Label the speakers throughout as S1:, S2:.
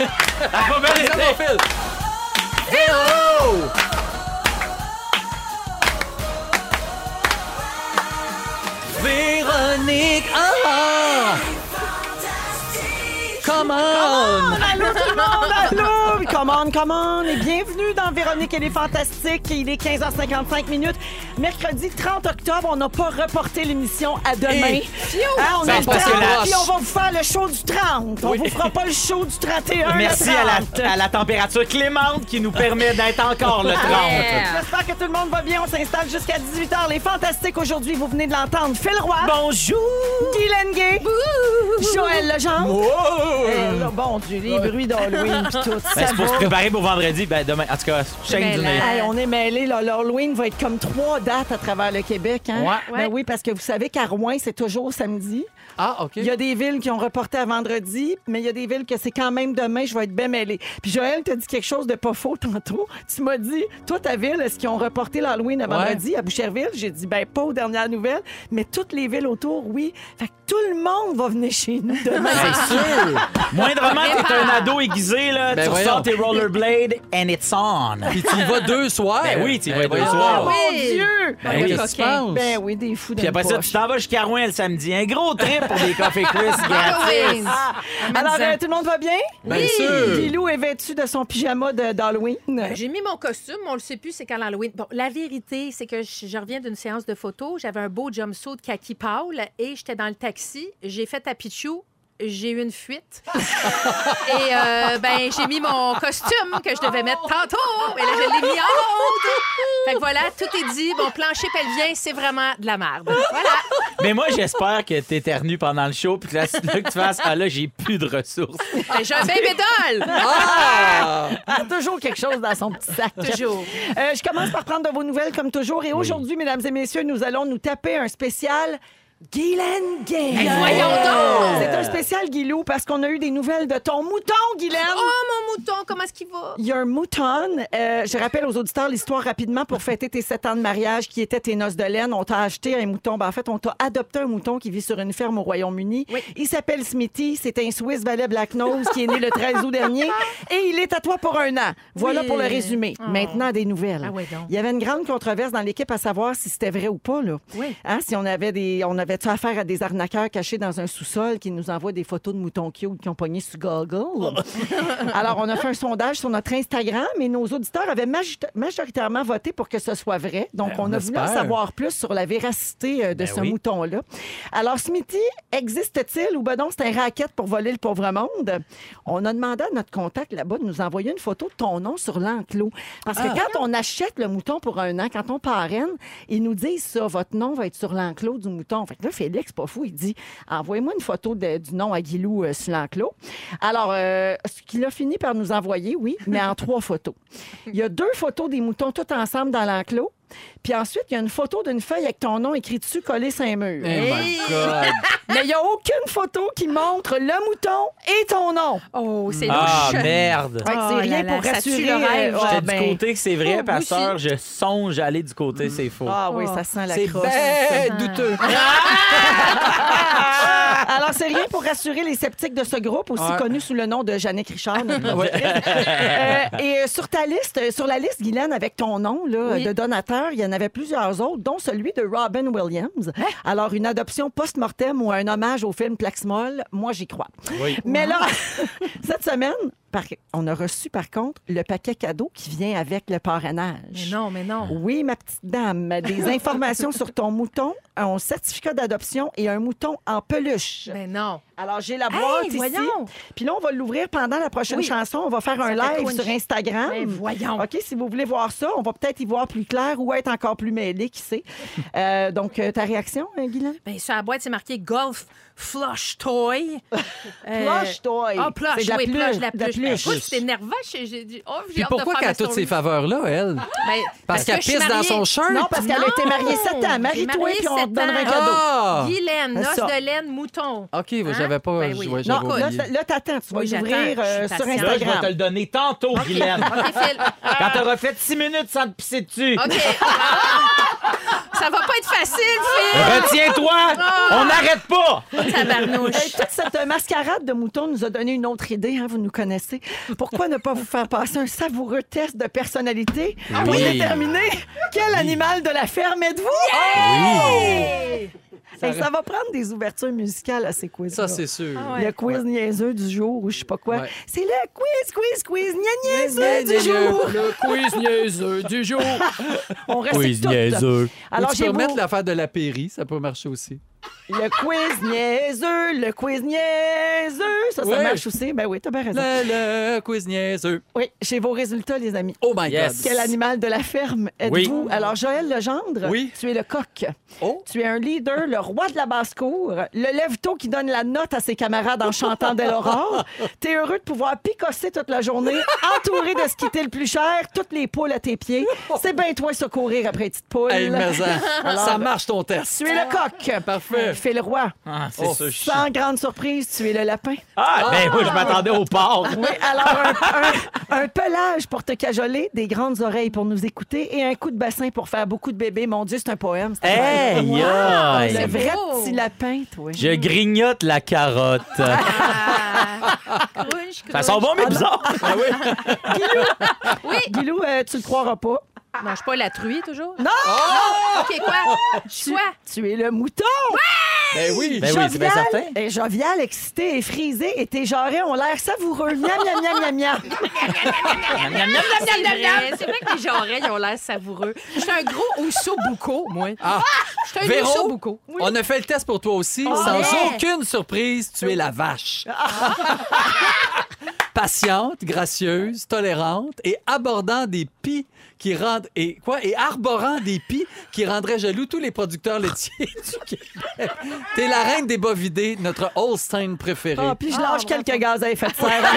S1: va
S2: Ça
S1: bien été.
S2: va, Phil!
S1: Hello!
S2: Véronique! Ah! Come on!
S3: Allô tout le monde, allô! Come on, come on! Et bienvenue dans Véronique et les Fantastiques. Il est 15h55 minutes. Mercredi 30 octobre, on n'a pas reporté l'émission à demain.
S2: Et-
S3: Hein, on
S2: Ça
S3: a
S2: se
S3: le
S2: passe
S3: 30,
S2: là.
S3: puis on va vous faire le show du 30. On
S2: Oui.
S3: vous fera pas le show du 31.
S1: Merci
S3: le
S1: à
S3: 30.
S1: la, à la température clémente qui nous permet d'être encore le 30.
S3: J'espère que tout le monde va bien. On s'installe jusqu'à 18h. Les Fantastiques aujourd'hui, vous venez de l'entendre. Phil Roy,
S1: Bonjour!
S3: Guy Lenguet, Joël Legendre.
S1: Oh!
S3: Euh, bon Dieu, les bruits d'Halloween pis tout.
S1: Ben,
S3: ça
S1: c'est pour
S3: va.
S1: se préparer pour vendredi. Ben, demain, en tout cas, chaîne
S4: Ben,
S1: du
S4: là.
S1: nez.
S3: Hey, on est mêlés. là. L'Halloween va être comme trois dates à travers le Québec. Hein?
S1: Ouais.
S3: Ben oui, parce que vous savez qu'à Rouen, c'est toujours samedi.
S2: Ah, OK.
S3: Il y a des villes qui ont reporté à vendredi, mais il y a des villes que c'est quand même demain. Je vais être bien mêlée. Puis Joël, t'as dit quelque chose de pas faux tantôt. Tu m'as dit, toi, ta ville, est-ce qu'ils ont reporté l'Halloween à
S2: Ouais.
S3: vendredi à Boucherville? J'ai dit, ben pas aux dernières nouvelles, mais toutes les villes autour, oui. Fait que tout le monde va venir chez nous demain.
S2: C'est sûr!
S1: Moindrement que t'es un ado aiguisé, là,
S2: Ben,
S1: tu
S2: voyons.
S1: ressors tes rollerblades and it's on.
S2: Puis tu y vas deux soirs!
S1: Ben oui, tu y vas deux
S2: voyons.
S1: soirs.
S3: Oh, Mon
S4: Oui.
S3: Dieu!
S2: Ben oui,
S4: oui,
S2: qu'est-ce qui se passe?
S3: Ben oui, des fous
S1: Puis
S3: de
S1: après ça, tu t'en vas jusqu'à Rouen le samedi. Un gros trip pour des coffee crisps gratis.
S4: Halloween.
S3: Alors,
S4: Amène-en.
S3: euh, tout le monde va bien?
S2: Bien sûr!
S3: Pilou est vêtu de son pyjama de- d'Halloween.
S4: Ben, J'ai mis mon costume, on le sait plus, c'est quand l'Halloween. Bon, la vérité, c'est que je, je reviens d'une séance de photos, j'avais un beau jumpsuit de kaki Paul et j'étais dans le taxi, j'ai fait à Pichou. J'ai eu une fuite. et euh, ben, j'ai mis mon costume que je devais mettre tantôt. Et là, je l'ai mis en haut. Fait que voilà, tout est dit. Mon plancher pelvien, c'est vraiment de la merde. Voilà.
S1: Mais moi, j'espère que t'éternues pendant le show, puis que là, là, que tu fasses Ah là, j'ai plus de ressources.
S4: Ben, J'ai un bébé doll.
S2: Ah!
S3: a toujours quelque chose dans son petit sac.
S4: Toujours.
S3: Euh, je commence par prendre de vos nouvelles comme toujours. Et aujourd'hui, mesdames et messieurs, nous allons nous taper un spécial. Guylaine Gay.
S4: voyons donc!
S3: C'est un spécial Guilou parce qu'on a eu des nouvelles de ton mouton, Guylaine.
S4: Oh, mon mouton, comment est-ce qu'il va?
S3: Il y a un mouton. Euh, je rappelle aux auditeurs l'histoire rapidement pour fêter tes 7 ans de mariage qui étaient tes noces de laine. On t'a acheté un mouton. Ben, en fait, on t'a adopté un mouton qui vit sur une ferme au Royaume-Uni.
S4: Oui.
S3: Il s'appelle Smithy. C'est un Swiss Ballet Black Nose qui est né le 13 août dernier. Et il est à toi pour un an. Voilà
S4: Oui.
S3: pour le résumé.
S4: Oh.
S3: Maintenant, des nouvelles.
S4: Ah ouais, donc.
S3: Il y avait une grande controverse dans l'équipe à savoir si c'était vrai ou pas. Là.
S4: Oui.
S3: Hein, si on avait des, on avait affaire à des arnaqueurs cachés dans un sous-sol qui nous envoient des photos de moutons cute qui ont pogné sur Google. Alors, on a fait un sondage sur notre Instagram et nos auditeurs avaient magi- majoritairement voté pour que ce soit vrai. Donc,
S2: Ben,
S3: on,
S2: on
S3: a voulu en
S2: espère.
S3: savoir plus sur la véracité euh, de
S1: Ben
S3: ce
S1: oui.
S3: mouton-là. Alors, Smithy, existe-t-il ou ben non, c'est un racket pour voler le pauvre monde? On a demandé à notre contact là-bas de nous envoyer une photo de ton nom sur l'enclos. Parce
S1: Ah.
S3: que quand on achète le mouton pour un an, quand on parraine, ils nous disent ça, votre nom va être sur l'enclos du mouton. Fait que là, Félix, pas fou, il dit envoyez-moi une photo de- du nom à Guilou euh, sur l'enclos. Alors, euh, ce qu'il a fini par nous envoyer, oui, mais en trois photos. Il y a deux photos des moutons tous ensemble dans l'enclos. Puis ensuite, il y a une photo d'une feuille avec ton nom écrit dessus, collé sur un mur.
S2: Oh
S1: Eh
S2: my God!
S3: Mais il n'y a aucune photo qui montre le mouton et ton nom.
S4: Oh, c'est
S1: Ah,
S4: louche.
S1: merde!
S3: Fait que c'est
S4: Oh là
S3: rien
S4: là,
S3: pour
S4: ça tue
S3: rassurer.
S4: le rêve.
S3: euh,
S4: J'étais
S3: ah,
S1: J'étais
S3: ben,
S1: du côté que c'est vrai,
S4: Oh,
S1: pasteur. Je songe aller du côté, c'est faux.
S3: Ah oui, ça sent la
S1: C'est
S3: crosse.
S2: Ben, douteux!
S4: Ah,
S3: Ah! Alors, c'est rien pour rassurer les sceptiques de ce groupe, aussi
S2: Ouais.
S3: connu sous le nom de Jannick Richard. notre auditrice. Euh, et euh, sur ta liste, euh, sur la liste, Guylaine, avec ton nom là,
S4: Oui.
S3: de donateur, il y en avait plusieurs autres, dont celui de Robin Williams.
S4: Hein?
S3: Alors, une adoption post-mortem ou un hommage au film Plaxmol, moi, j'y crois.
S1: Oui.
S3: Mais là, cette semaine, par- on a reçu, par contre, le paquet cadeau qui vient avec le
S4: Mais
S3: parrainage.
S4: non, mais non.
S3: Oui, ma petite dame, des informations sur ton mouton, un certificat d'adoption et un mouton en peluche.
S4: Mais non.
S3: Alors, j'ai la
S4: Hey,
S3: boîte ici.
S4: voyons!
S3: Puis là, on va l'ouvrir pendant la prochaine
S4: Oui.
S3: chanson. On va faire un
S4: Ça fait
S3: live
S4: crunchy.
S3: sur Instagram.
S4: Mais Ben, voyons.
S3: OK, si vous voulez voir ça, on va peut-être y voir plus clair ou être encore plus mêlé, qui sait. Euh, donc, euh, ta réaction, hein, Guylaine?
S4: Ben, sur la boîte, c'est marqué Golf Flush Toy.
S3: Plush toy.
S4: Ah, plush,
S3: C'est de la
S4: oui,
S3: pluche,
S4: plush, de
S3: de la
S4: la pluche. Ben,
S3: pluche.
S4: écoute, c'est nerveux. J'ai, j'ai dit, oh, j'ai
S2: Puis
S4: hâte
S2: pourquoi
S4: de
S2: qu'elle
S4: faire
S2: a
S4: ma
S2: toutes ces
S4: story.
S2: faveurs-là, elle?
S4: Ben,
S2: Parce,
S4: que
S2: qu'elle
S4: je suis
S2: pisse dans son
S4: mariée.
S2: shirt?
S3: Non, parce qu'elle a été Ah! mariée sept ans.
S4: J'ai
S3: Marie-toi,
S4: marié
S3: puis on
S4: sept
S3: te donnera un
S4: ans. Oh!
S3: cadeau.
S2: Ah!
S4: Guylaine,
S3: C'est
S4: noce
S3: ça.
S4: de laine, mouton.
S2: OK,
S4: Hein?
S2: j'avais pas...
S4: Ben oui.
S2: ouais, j'avais
S3: Non,
S4: J'avoue,
S3: là,
S2: oublié.
S3: ça- là, t'attends. Tu vas
S4: Oui,
S3: l'ouvrir
S4: j'attends, je
S3: euh,
S4: suis
S3: sur
S1: Là,
S4: patiente.
S1: je vais te
S3: Instagram.
S1: le donner tantôt, Guylaine.
S4: OK, Phil.
S1: Quand t'auras fait six minutes sans te pisser dessus.
S4: OK. ça va pas être facile, Phil!
S1: Retiens-toi! On n'arrête pas!
S3: Hey,
S4: Tabarnouche!
S3: toute cette euh, mascarade de moutons nous a donné une autre idée, hein, vous nous connaissez. Pourquoi ne pas vous faire passer un savoureux test de personnalité
S2: Ah
S3: pour
S1: Oui.
S3: déterminer quel animal de la ferme êtes-vous? Oh! Hey, Ça, va prendre des ouvertures musicales à ces quiz
S2: Ça, c'est sûr.
S4: Ah ouais.
S3: Le quiz niaiseux du jour ou je sais pas quoi.
S2: Ouais.
S3: C'est le quiz, quiz, quiz niaiseux
S2: Niaiseux,
S3: du jour.
S2: Le quiz niaiseux du jour.
S3: On reste
S1: Oui,
S3: toutes.
S1: niaiseux.
S3: Alors,
S2: Ou tu
S3: j'ai
S2: peux
S3: beau-
S2: mettre l'affaire de la Péry, ça peut marcher aussi.
S3: le quiz niaiseux, le quiz niaiseux. Ça, ça
S2: Ouais.
S3: marche aussi. Ben oui, t'as bien raison.
S2: Le, le quiz niaiseux.
S3: Oui, j'ai vos résultats, les amis.
S2: Oh my
S1: Yes.
S2: God.
S3: Quel animal de la ferme êtes-vous?
S1: Oui.
S3: Alors, Joël Legendre,
S2: Oui.
S3: tu es le coq.
S2: Oh.
S3: Tu es un leader, le roi de la basse-cour, le lève-tôt qui donne la note à ses camarades en chantant dès l'aurore. Tu es heureux de pouvoir picosser toute la journée, entouré de ce qui t'est le plus cher, toutes les poules à tes pieds. C'est bien toi secourir après les petites poules.
S2: Hey, mais ça, ça marche ton test.
S3: Tu es le coq.
S2: Parfait.
S3: Fais le roi.
S1: Ah, c'est
S2: Oh,
S1: sûr, je-
S3: Sans grande surprise, tu es le lapin.
S1: Ah, ben moi, je m'attendais au porc.
S3: Oui, alors un, un- un pelage pour te cajoler, des grandes oreilles pour nous écouter et un coup de bassin pour faire beaucoup de bébés. Mon Dieu, c'est un poème. c'est un
S1: Hey, Oh,
S3: poème.
S1: aïe.
S3: Le vrai
S4: beau.
S3: petit lapin, toi.
S1: Je grignote la carotte.
S4: Ah. Crunch,
S1: Ça
S4: crunch.
S1: sent bon, mais bizarre.
S4: Oui!
S3: Guilou, euh, tu le croiras pas.
S4: Mange pas la truie, toujours? Oh!
S3: Non!
S4: OK, quoi?
S3: Tu,
S4: Choix!
S3: tu es le mouton!
S2: Ben oui.
S1: Ben oui, c'est bien
S3: Jovial
S1: certain.
S3: Et jovial, excité et frisé, et tes jarrets ont l'air savoureux. Miam, miam, miam, miam, miam.
S4: C'est vrai, c'est vrai que les jarrets, ils ont l'air savoureux. Je suis un gros ousso bouco, moi.
S2: Ah,
S4: Je suis un ousso
S2: Véro,
S4: bouco.
S2: on a fait le test pour toi aussi.
S3: Ah,
S2: Sans
S4: ouais.
S2: aucune surprise, tu es la vache.
S3: Ah.
S2: Patiente, gracieuse, tolérante et abordant des pies qui rendent et quoi et arborant des pies qui rendraient jaloux tous les producteurs laitiers du Québec. T'es la reine des bovidés, notre Holstein préféré.
S3: Ah, puis Ah. je lâche quelques gaz à effet de serre.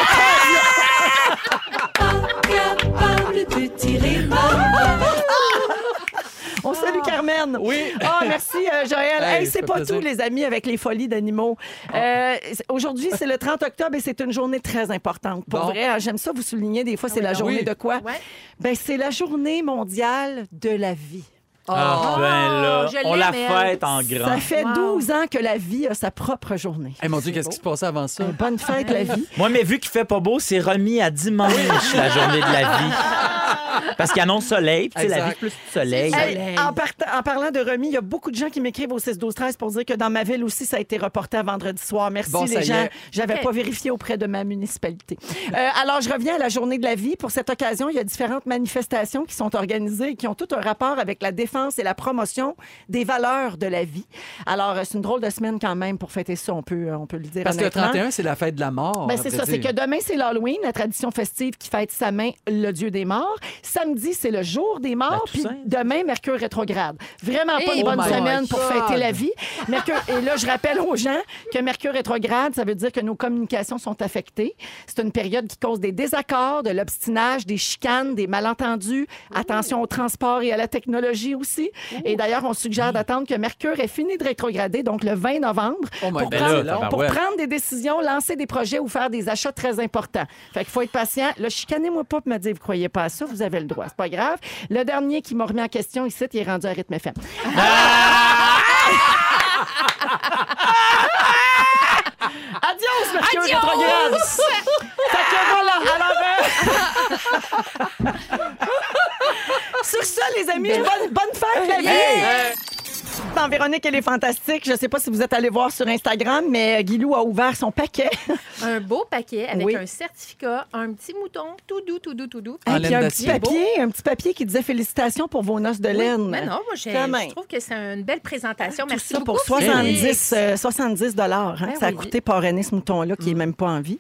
S3: On salue Carmen.
S2: Ah. Oui.
S3: Ah, merci, euh, Joël.
S2: Hey,
S3: Hey,
S2: ça
S3: c'est
S2: fait
S3: pas
S2: plaisir. Ah.
S3: tout, les amis, avec les folies d'animaux. Euh, c'est- Aujourd'hui, c'est le 30 octobre et c'est une journée très importante. Pour
S2: Bon. Ah
S3: vrai, hein, j'aime ça vous souligner. Des fois, c'est la
S4: oui,
S3: journée
S2: oui.
S3: de quoi?
S4: Ouais.
S3: Ben, c'est la journée mondiale de la vie.
S1: Ah, ben là,
S4: je
S1: on la
S4: l'aime,
S1: fête
S4: elle.
S1: en grand.
S3: Ça fait
S4: Wow.
S3: 12 ans que la vie a sa propre journée.
S2: Eh, mon Dieu, qu'est-ce qui se passait avant ça?
S3: Euh, Bonne fête, la vie.
S1: Moi, mais vu qu'il fait pas beau, c'est remis à dimanche, la journée de la vie. Parce qu'il annonce soleil, puis tu sais, la
S2: Exact.
S1: vie, plus de soleil.
S4: C'est ça.
S3: Hey, en, partant- en parlant de remis, il y a beaucoup de gens qui m'écrivent au 6 12 13 pour dire que dans ma ville aussi, ça a été reporté à vendredi soir. Merci
S2: Bon, ça
S3: les
S2: y
S3: gens.
S2: est.
S3: J'avais
S4: OK.
S3: pas vérifié auprès de ma municipalité. Euh, alors, je reviens à la journée de la vie. Pour cette occasion, il y a différentes manifestations qui sont organisées et qui ont tout un rapport avec la défense et la promotion des valeurs de la vie. Alors, euh, c'est une drôle de semaine quand même pour fêter ça, on peut, euh, on peut le dire
S2: Parce que le
S3: honnêtement.
S2: 31, c'est la fête de la mort.
S3: Ben,
S2: à
S3: c'est
S2: vrai
S3: ça, c'est
S2: dire.
S3: que demain, c'est l'Halloween, la tradition festive qui fête sa main, le dieu des morts. Samedi, c'est le jour des morts, puis
S1: Toussaint.
S3: demain, Mercure rétrograde. Vraiment pas
S4: Hey,
S3: une bonne
S2: oh my
S3: semaine pour
S2: God.
S3: fêter la vie. Mercure... Et là, je rappelle aux gens que Mercure rétrograde, ça veut dire que nos communications sont affectées. C'est une période qui cause des désaccords, de l'obstinage, des chicanes, des malentendus. Attention au transport et à la technologie aussi. Et d'ailleurs, on suggère d'attendre que Mercure ait fini de rétrograder, donc le 20 novembre,
S2: Oh my
S3: pour
S2: God,
S3: prendre
S2: c'est long.
S3: pour
S1: Ouais.
S3: prendre des décisions, lancer des projets ou faire des achats très importants. Fait qu'il faut être patient. Là, chicanez-moi pas pour me dire, vous croyez pas à ça, vous avez le droit. C'est pas grave. Le dernier qui m'a remis en question ici, il est rendu à rythme FM. Ah! Adios, Mercure
S4: Adios!
S3: rétrograde! Fait que voilà, alors... euh, Sur ça, les amis, bonne, bonne fête, la vie! Dans Ben, Véronique, elle est fantastique. Je ne sais pas si vous êtes allés voir sur Instagram, mais euh, Guilou a ouvert son paquet.
S4: Un beau paquet avec
S3: Oui. Ah,
S4: un certificat, un petit mouton, tout doux, tout doux, tout doux.
S2: En
S3: Et puis
S2: laine
S3: un petit
S2: d'acier.
S3: papier, un petit papier qui disait félicitations pour vos noces de laine.
S4: Mais non, moi, j'ai-
S3: Quand même.
S4: je trouve que c'est une belle présentation.
S3: Tout
S4: Oh, Merci
S3: ça pour
S4: beaucoup,
S3: 70,
S4: Félix.
S3: euh, 70 dollars. hein,
S4: Ben
S3: ça a
S4: oui.
S3: coûté parrainer ce mouton-là qui est même pas en vie.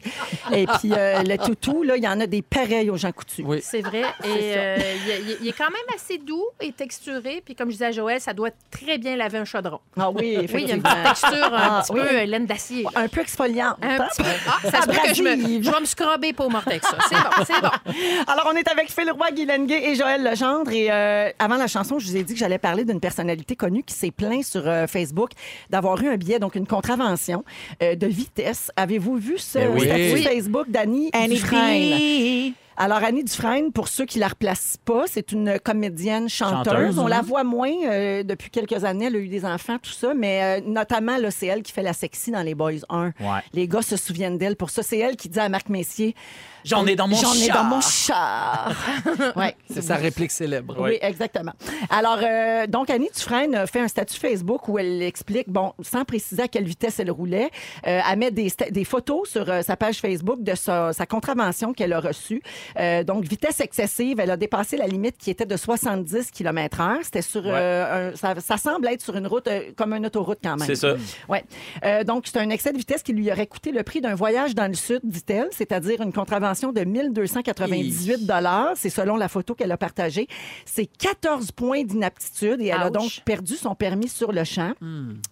S3: Et puis euh, le toutou, là, il y en a des pareils aux gens coutus.
S2: Oui.
S4: C'est vrai.
S3: Ah,
S4: Et euh, il est- il est- il est quand même assez doux et texturé. Puis comme je disais à Joël, ça doit très bien laver un chaudron.
S3: Ah oui,
S4: Oui, il y a une
S3: effectivement.
S4: petite texture un
S3: Ah,
S4: petit
S3: oui.
S4: peu euh, laine d'acier. là.
S3: un peu exfoliant.
S4: Un petit peu. Ah, ça se peut que je, me, je vais me scrubber pour mortex. ça. C'est bon, c'est bon.
S3: Alors, on est avec Phil Roy, Guy Lenguet et Joël Legendre. Et euh, avant la chanson, je vous ai dit que j'allais parler d'une personnalité connue qui s'est plaint sur euh, Facebook d'avoir eu un billet, donc une contravention euh, de vitesse. Avez-vous vu ce
S1: Ben oui.
S3: statut
S2: Oui.
S3: Facebook d'Annie Dufresne? Alors, Annie Dufresne, pour ceux qui la replacent pas, c'est une comédienne chanteuse.
S1: Chanteuse,
S3: On
S1: oui.
S3: la voit moins euh, depuis quelques années. Elle a eu des enfants, tout ça. Mais euh, notamment, là, c'est elle qui fait la sexy dans Les Boys 1.
S1: Ouais.
S3: Les gars se souviennent d'elle pour ça. C'est elle qui dit à Marc Messier
S1: J'en ai dans mon
S3: J'en ai
S1: char.
S3: dans mon char. ouais,
S2: C'est sa réplique célèbre.
S3: oui, exactement. Alors, euh, donc, Annie Dufresne a fait un statut Facebook où elle explique, bon, sans préciser à quelle vitesse elle roulait, euh, elle met des, sta- des photos sur euh, sa page Facebook de sa, sa contravention qu'elle a reçue. Euh, donc, vitesse excessive, elle a dépassé la limite qui était de 70 km h C'était sur... euh, un- ça, ça semble être sur une route, euh, comme une autoroute quand même.
S1: C'est ça.
S3: Oui. donc, c'est un excès de vitesse qui lui aurait coûté le prix d'un voyage dans le Sud, dit-elle, c'est-à-dire une contravention de 1298 C'est selon la photo qu'elle a partagée. C'est 14 points d'inaptitude et elle a
S4: Ouch.
S3: donc perdu son permis sur le champ.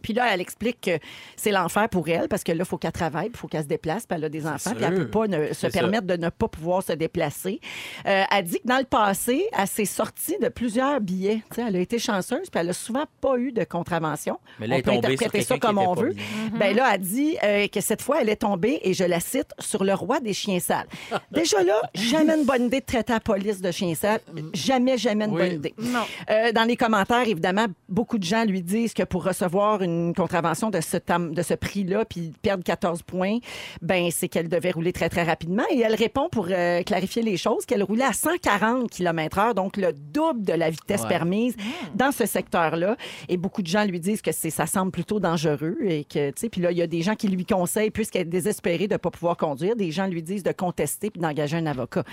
S3: Puis là, elle explique que c'est l'enfer pour elle parce que là, il faut qu'elle travaille, il faut qu'elle se déplace, puis elle a des enfants, puis elle
S2: sûr.
S3: peut pas ne- se
S1: C'est ça.
S3: permettre de ne pas pouvoir se déplacer. Euh, elle dit que dans le passé, elle s'est sortie de plusieurs billets. Tu sais, elle a été chanceuse, puis elle a souvent pas eu de contravention.
S1: Mais là,
S3: on
S1: elle est
S3: peut
S1: tombée sur
S3: interpréter ça
S1: quelqu'un
S3: comme
S1: qui
S3: on
S1: était pas
S3: veut.
S1: bien.
S3: Ben là, elle dit euh, que cette fois, elle est tombée, et je la cite, sur le roi des chiens sales. Déjà là, jamais une bonne idée de traiter la police de chiens sales. Jamais, jamais une
S2: Oui.
S3: bonne idée.
S4: Non.
S3: Euh, dans les commentaires, évidemment, beaucoup de gens lui disent que pour recevoir une contravention de ce, tam- de ce prix-là, puis perdre 14 points, ben c'est qu'elle devait rouler très, très rapidement. Et elle répond pour euh, clarifier les choses qu'elle roulait à 140 km/h, donc le double de la vitesse
S2: Ouais.
S3: permise dans ce secteur-là. Et beaucoup de gens lui disent que c'est, ça semble plutôt dangereux et que, tu sais, puis là, il y a des gens qui lui conseillent, puisqu'elle est désespérée de ne pas pouvoir conduire, des gens lui disent de contester puis d'engager un avocat.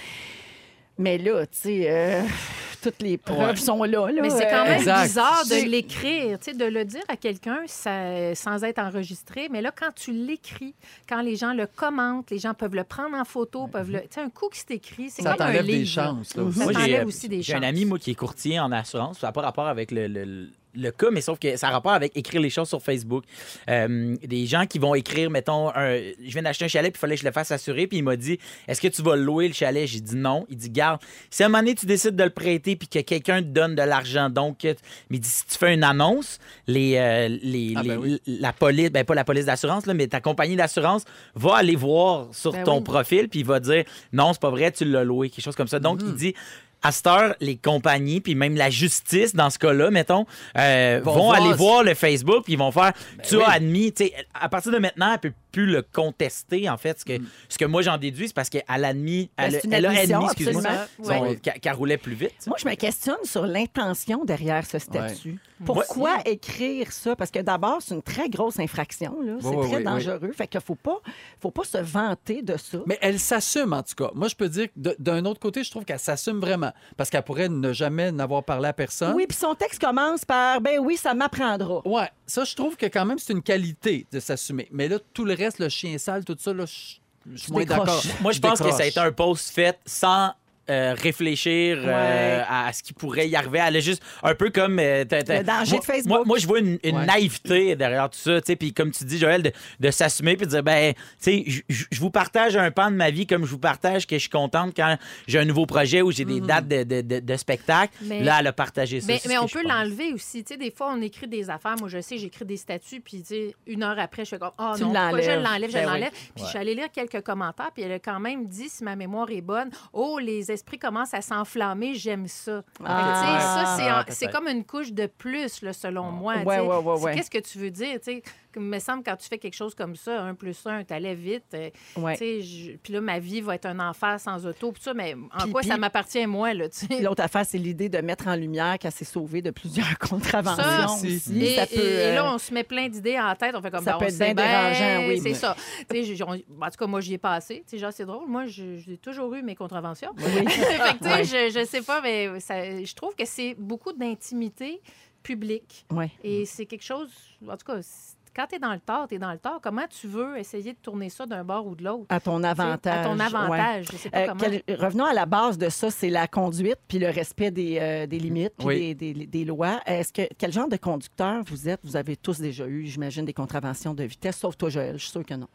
S3: Mais là, tu sais, euh, toutes les preuves sont là. là.
S4: Mais c'est quand
S3: Euh,
S4: même
S2: Exact.
S4: bizarre de
S2: C'est-
S4: l'écrire, tu sais, de le dire à quelqu'un ça- sans être enregistré. Mais là, quand tu l'écris, quand les gens le commentent, les gens peuvent le prendre en photo, peuvent le. Tu sais, un coup que c'est écrit, c'est
S2: Ben Ça
S4: comme un
S2: t'enlève
S4: livre.
S2: des chances.
S3: Mhm.
S2: là, aussi.
S4: Ça
S1: Moi, j'ai,
S4: t'enlève
S1: euh,
S4: aussi des
S1: J'ai un
S4: chances.
S1: ami, moi, qui est courtier en assurance. Ça n'a pas rapport avec le, le- le cas, mais sauf que ça a rapport avec écrire les choses sur Facebook. Euh, des gens qui vont écrire, mettons, un- je viens d'acheter un chalet, puis il fallait que je le fasse assurer, puis il m'a dit, est-ce que tu vas louer le chalet? J'ai dit non. Il dit, garde, si à un moment donné, tu décides de le prêter, puis que quelqu'un te donne de l'argent, donc, que- mais il dit, si tu fais une annonce, les, euh, les,
S2: Ah, ben
S1: les-
S2: oui.
S1: la police, ben pas la police d'assurance, là, mais ta compagnie d'assurance va aller voir sur
S4: Ben
S1: ton
S4: oui.
S1: profil, puis il va dire, non, c'est pas vrai, tu l'as loué, quelque chose comme ça. Donc,
S4: Mhm.
S1: il dit, à cette heure, les compagnies, puis même la justice, dans ce cas-là, mettons, euh,
S2: Vont
S1: vont,
S2: voir
S1: aller
S2: si- Ben
S1: voir le Facebook, puis ils vont faire, tu
S2: oui.
S1: as admis, tu sais, à partir de maintenant, elle peut plus le contester, en fait. Ce
S2: Mm.
S1: que, ce que moi, j'en déduis, c'est parce qu'elle a admis,
S3: Ben,
S1: elle,
S3: c'est une
S1: elle a
S3: admission,
S1: admis, excuse-moi,
S3: absolument.
S1: son-
S2: Ouais.
S1: qu'elle qu'elle roulait plus vite.
S3: Moi, je me questionne sur l'intention derrière ce statut. Pourquoi écrire ça? Parce que d'abord, c'est une très grosse infraction. là. C'est
S2: oui,
S3: très
S2: oui,
S3: dangereux. Fait qu'il ne faut pas, faut pas se vanter de ça.
S2: Mais elle s'assume, en tout cas. Moi, je peux dire que de- d'un autre côté, je trouve qu'elle s'assume vraiment. Parce qu'elle pourrait ne jamais n'avoir parlé à personne.
S3: Oui, puis son texte commence par Ben oui, ça m'apprendra.
S2: Ouais, ça, je trouve que quand même, c'est une qualité de s'assumer. Mais là, tout le reste, le chien sale, tout ça, là, je je suis moins
S3: décroches.
S2: d'accord.
S1: Moi, je pense que ça a
S2: décroche.
S1: été un post fait sans euh, réfléchir euh, à ce qui pourrait y arriver. Elle est juste un peu comme... euh, t'as- t'as-
S3: Le danger
S1: moi,
S3: de Facebook.
S1: Moi, moi, je vois une, une
S2: Ouais.
S1: naïveté derrière tout ça. tu sais, Puis comme tu dis, Joël, de, de s'assumer puis de dire, ben, tu sais, je- je je vous partage un pan de ma vie comme je vous partage que je suis contente quand j'ai un nouveau projet ou j'ai des dates de, de, de- de spectacle.
S4: Mais-
S1: Là, elle a partagé ça.
S4: Mais,
S1: C'est
S4: mais
S1: ce que
S4: on
S1: je
S4: peut
S1: pense.
S4: l'enlever aussi. Tu sais, des fois, on écrit des affaires. Moi, je sais, j'écris des statuts, puis tu sais, une heure après, je fais comme, oh
S3: Tu
S4: non, pourquoi je
S3: l'enlèves.
S4: l'enlève, je
S1: Ben oui.
S4: l'enlève. Puis je suis allée lire quelques commentaires, puis elle a quand même dit, si ma mémoire est bonne, oh, les esprits commencent à s'enflammer, j'aime ça. Fait que, tu sais,
S3: Ah.
S4: ça, c'est en-
S1: Ah, peut-être.
S4: c'est comme une couche de plus, là, selon moi. tu
S3: Ouais,
S4: sais.
S3: ouais, ouais,
S4: C'est
S3: ouais.
S4: Qu'est-ce que tu veux dire? tu sais? Comme, Il me semble quand tu fais quelque chose comme ça, un plus un, t'allais vite. euh,
S3: Ouais.
S4: tu sais, je- Puis là, ma vie va être un enfer sans auto. Puis ça, mais en
S3: Puis-
S4: quoi ça
S3: puis-
S4: m'appartient, moi? Là, tu sais?
S3: Puis L'autre affaire, c'est l'idée de mettre en lumière qu'elle s'est sauvée de plusieurs contraventions.
S4: Ça,
S3: aussi.
S4: Et,
S3: Ça peut,
S4: et- et
S3: euh,
S4: là, on se met plein d'idées en tête. On fait comme
S3: ça
S4: ben,
S3: peut
S4: on
S3: être
S4: sait
S3: bien dérangeant, oui.
S4: C'est
S3: Mais-
S4: ça. Tu sais, j'ai- on- en tout cas, moi, j'y ai passé. Tu sais, genre, c'est drôle. Moi, je- j'ai toujours eu mes contraventions. Fait que, tu sais, je, je sais pas, mais ça- je trouve que c'est beaucoup d'intimité publique.
S3: Ouais.
S4: Et c'est quelque chose. En tout cas, c'est- quand tu es dans le tort, tu es dans le tort. Comment tu veux essayer de tourner ça d'un bord ou de l'autre?
S3: À ton
S4: tu sais,
S3: avantage.
S4: À ton
S3: ouais.
S4: avantage. Je sais pas
S3: Euh,
S4: Oh, comment.
S3: quel- revenons à la base de ça, c'est la conduite puis le respect des, euh, des limites puis
S2: Oui.
S3: des, des- des lois. Est-ce que quel genre de conducteur vous êtes Vous avez tous déjà eu, j'imagine, des contraventions de vitesse, sauf toi, Joël. Je suis sûr que non.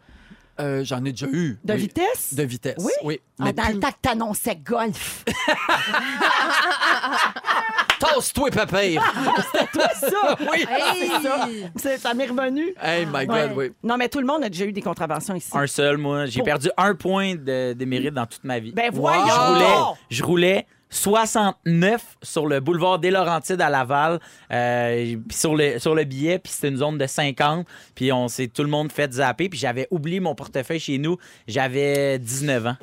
S2: Euh, J'en ai déjà eu.
S3: De
S2: oui.
S3: vitesse?
S2: De vitesse.
S3: Oui?
S2: Oui.
S3: Ah,
S2: Mais
S3: dans le temps que t'annonçais golf.
S2: Tasse-toi, papier!
S3: Ah! Toi, ça!
S2: oui!
S4: Hey!
S3: C'est- Ça m'est revenu.
S2: Hey, my
S3: Ouais.
S2: God, oui.
S3: Non, mais tout le monde a déjà eu des contraventions ici.
S1: Un seul, moi. J'ai
S3: Pour-
S1: perdu un point de, de mérite dans toute ma vie.
S3: Ben
S1: Je
S3: voyons
S1: roulais-
S3: donc!
S1: Je roulais 69 sur le boulevard des Laurentides à Laval, euh, puis sur le, sur le billet, puis c'était une zone de 50, puis on s'est tout le monde fait zapper, puis j'avais oublié mon portefeuille chez nous. J'avais 19 ans,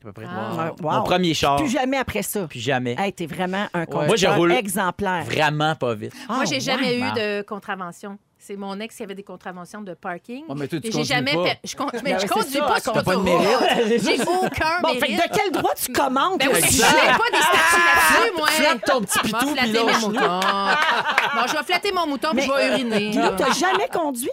S1: à peu près.
S4: Ah.
S3: Wow.
S1: Mon premier char,
S3: Plus jamais après ça.
S1: puis jamais.
S3: Hey, t'es vraiment un conducteur
S1: Moi, je roule
S3: exemplaire.
S1: Vraiment pas vite.
S4: Moi, j'ai
S3: Ah,
S4: jamais
S1: ouais.
S2: Bah.
S4: eu de contravention. C'est mon ex qui avait des contraventions de parking.
S2: Ouais, mais toi, tu
S4: Et j'ai
S2: conduis
S4: jamais
S2: pas.
S4: per- Je, con- mais
S3: Ben
S4: je
S3: oui,
S4: conduis
S3: c'est ça,
S4: pas sur
S3: t'as
S2: pas de
S4: l'autoroute.
S2: mérite.
S4: J'ai aucun
S3: Bon, fait que
S4: mérite.
S3: de quel droit tu commandes?
S4: Ben oui,
S3: aussi?
S4: je n'ai pas des statuts là-dessus, moi.
S2: Flatte ton petit
S4: Je vais
S2: pitou, puis
S4: flatter mes
S2: lâche-nous.
S4: moutons. Bon, je vais flatter mon mouton, puis
S3: Mais, euh,
S4: je vais uriner.
S3: Puis là,
S4: là.
S3: t'as jamais conduit?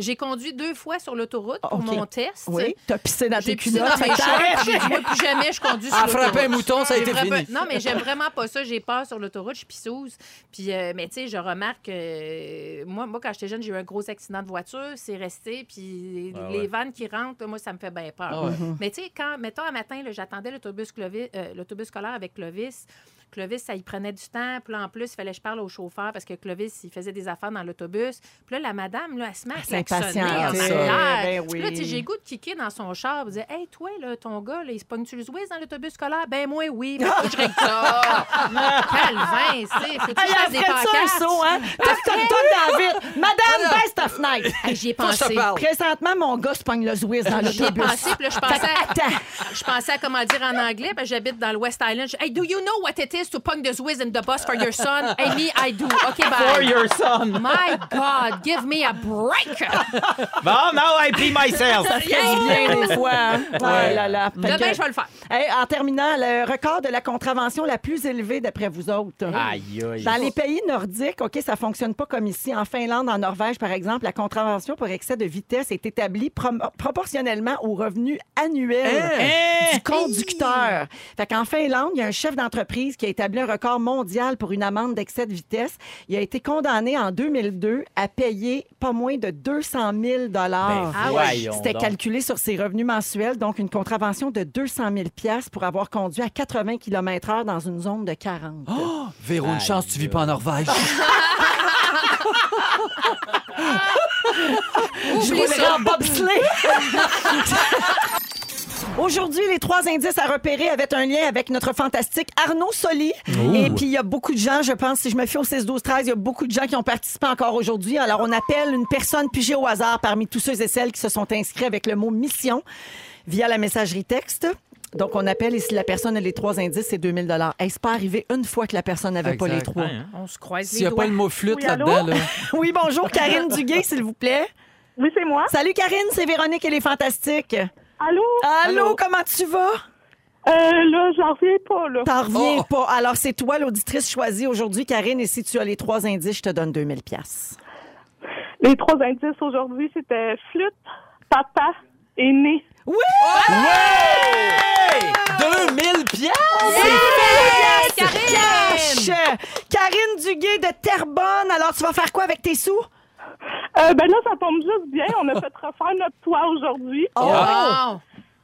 S4: J'ai conduit deux fois sur l'autoroute pour
S3: Ah, ok.
S4: mon test.
S3: Oui. T'as pissé dans tes
S4: J'ai pissé
S3: culottes.
S4: dans
S3: fait
S4: mes
S3: que t'arrêtes.
S4: shorts, j'ai dit, moi, plus jamais je conduis sur
S2: À frapper un
S4: l'autoroute.
S2: mouton, ça a
S4: J'ai
S2: été
S4: frappé-
S2: fini.
S4: Non, mais j'aime vraiment pas ça. J'ai peur sur l'autoroute, je suis pisseuse. Puis, euh, mais tu sais, je remarque que moi, moi, quand j'étais jeune, j'ai eu un gros accident de voiture. C'est resté. Puis
S1: Ah
S4: les
S1: ouais.
S4: vannes qui rentrent, moi, ça me fait bien peur.
S2: Ah ouais.
S4: Mais tu sais, quand, mettons, un matin, là, j'attendais l'autobus Clovis- euh, l'autobus scolaire avec Clovis. Clovis, ça y prenait du temps. Puis là, en plus, il fallait que je parle au chauffeur parce que Clovis, il faisait des affaires dans l'autobus. Puis là, la madame, là, elle
S2: Ah,
S4: se met à
S3: Elle
S4: klaxonner en
S3: s'impatientait.
S4: arrière.
S2: Eh
S3: Ben oui.
S4: Puis là, tu sais, j'ai le goût de kicker dans son char. Vous dire, hey, toi, là, ton gars, là, il se pogne-tu le Zouiz dans l'autobus scolaire? Ben, moi, oui. Ben, faut que je règle ça. Calvin, tu sais. Faut que
S3: Ah,
S4: je fasse
S3: elle
S4: des
S3: ferait ça un
S4: pancartes. Ah,
S3: saut, hein? Toc, toc, toc dans la vitre. Madame, baisse ta fenêtre.
S4: Hey, J'y ai
S2: Faut que je te
S4: pensé.
S2: parle.
S3: Présentement, mon gars se pogne le Zwiz
S2: Ah,
S3: dans
S4: J'y ai
S3: l'autobus.
S4: pensé, puis là, je
S3: Fait que
S4: pensais, à,
S3: attends.
S4: je pensais à comment dire en anglais, parce que j'habite dans le West Island. Je- Hey, do you know what it is to punk the Zwiz in the bus for your son? Hey, me, I do. OK, bye.
S1: For your son.
S4: My God, give me a break!
S1: Bon, now I pee myself.
S3: Très bien, des fois. hein? Ah là là. Fait
S4: Demain,
S3: que-
S4: je vais le faire.
S3: Hey, en terminant, le record de la contravention la plus élevée d'après vous autres.
S1: Aïe, aïe.
S3: Dans les pays nordiques, OK, ça fonctionne pas comme ici. En Finlande, en Norvège, par exemple, la contravention pour excès de vitesse est établie prom- proportionnellement au revenu annuel du conducteur. Fait qu'en Finlande, il y a un chef d'entreprise qui a établi un record mondial pour une amende d'excès de vitesse. Il a été condamné en 2002 à payer pas moins de 200 000
S1: Ben,
S4: Ah ouais.
S1: voyons
S3: c'était
S1: donc.
S3: calculé sur ses revenus mensuels, donc une contravention de 200 000 pièces pour avoir conduit à 80 km/h dans une zone de 40.
S2: Oh, Véro, une
S1: Aïe,
S2: chance, tu vis pas en Norvège.
S3: Ah, Je
S4: Oublie
S3: roulerai
S4: ça.
S3: en bobsleigh. Aujourd'hui, les trois indices à repérer avaient un lien avec notre fantastique Arnaud Soli. Et puis, il y a beaucoup de gens, je pense, si je me fie au 6-12-13, il y a beaucoup de gens qui ont participé encore aujourd'hui. Alors, on appelle une personne pigée au hasard parmi tous ceux et celles qui se sont inscrits avec le mot mission via la messagerie texte. Donc, on appelle et si la personne a les trois indices, c'est 2000 dollars. Est-ce pas arrivé une fois que la personne n'avait pas
S2: Exact.
S3: les trois?
S1: Hein, hein.
S4: On se croise
S2: S'il n'y
S4: les
S2: a
S4: doigts.
S2: pas le mot flûte
S5: Oui, allô?
S2: là-dedans, là.
S3: Oui, bonjour, Karine Duguay, s'il vous plaît.
S5: Oui, c'est moi.
S3: Salut, Karine, c'est Véronique, elle est fantastique.
S5: Allô?
S3: Allô, comment tu vas?
S5: Euh, là, j'en reviens pas, là.
S3: T'en reviens
S2: Oh.
S3: pas. Alors, c'est toi l'auditrice choisie aujourd'hui, Karine, et si tu as les trois indices, je te donne 2000 pièces.
S5: Les trois indices aujourd'hui, c'était flûte, papa et nez.
S3: Oui!
S1: Hey!
S2: 2000 piastres!
S4: Hey,
S3: Cash!
S4: Karine!
S3: Karine Duguay de Terrebonne. Alors, tu vas faire quoi avec tes sous?
S5: Euh, ben là, ça tombe juste bien. On a fait refaire notre toit aujourd'hui.
S4: Ah. Wow.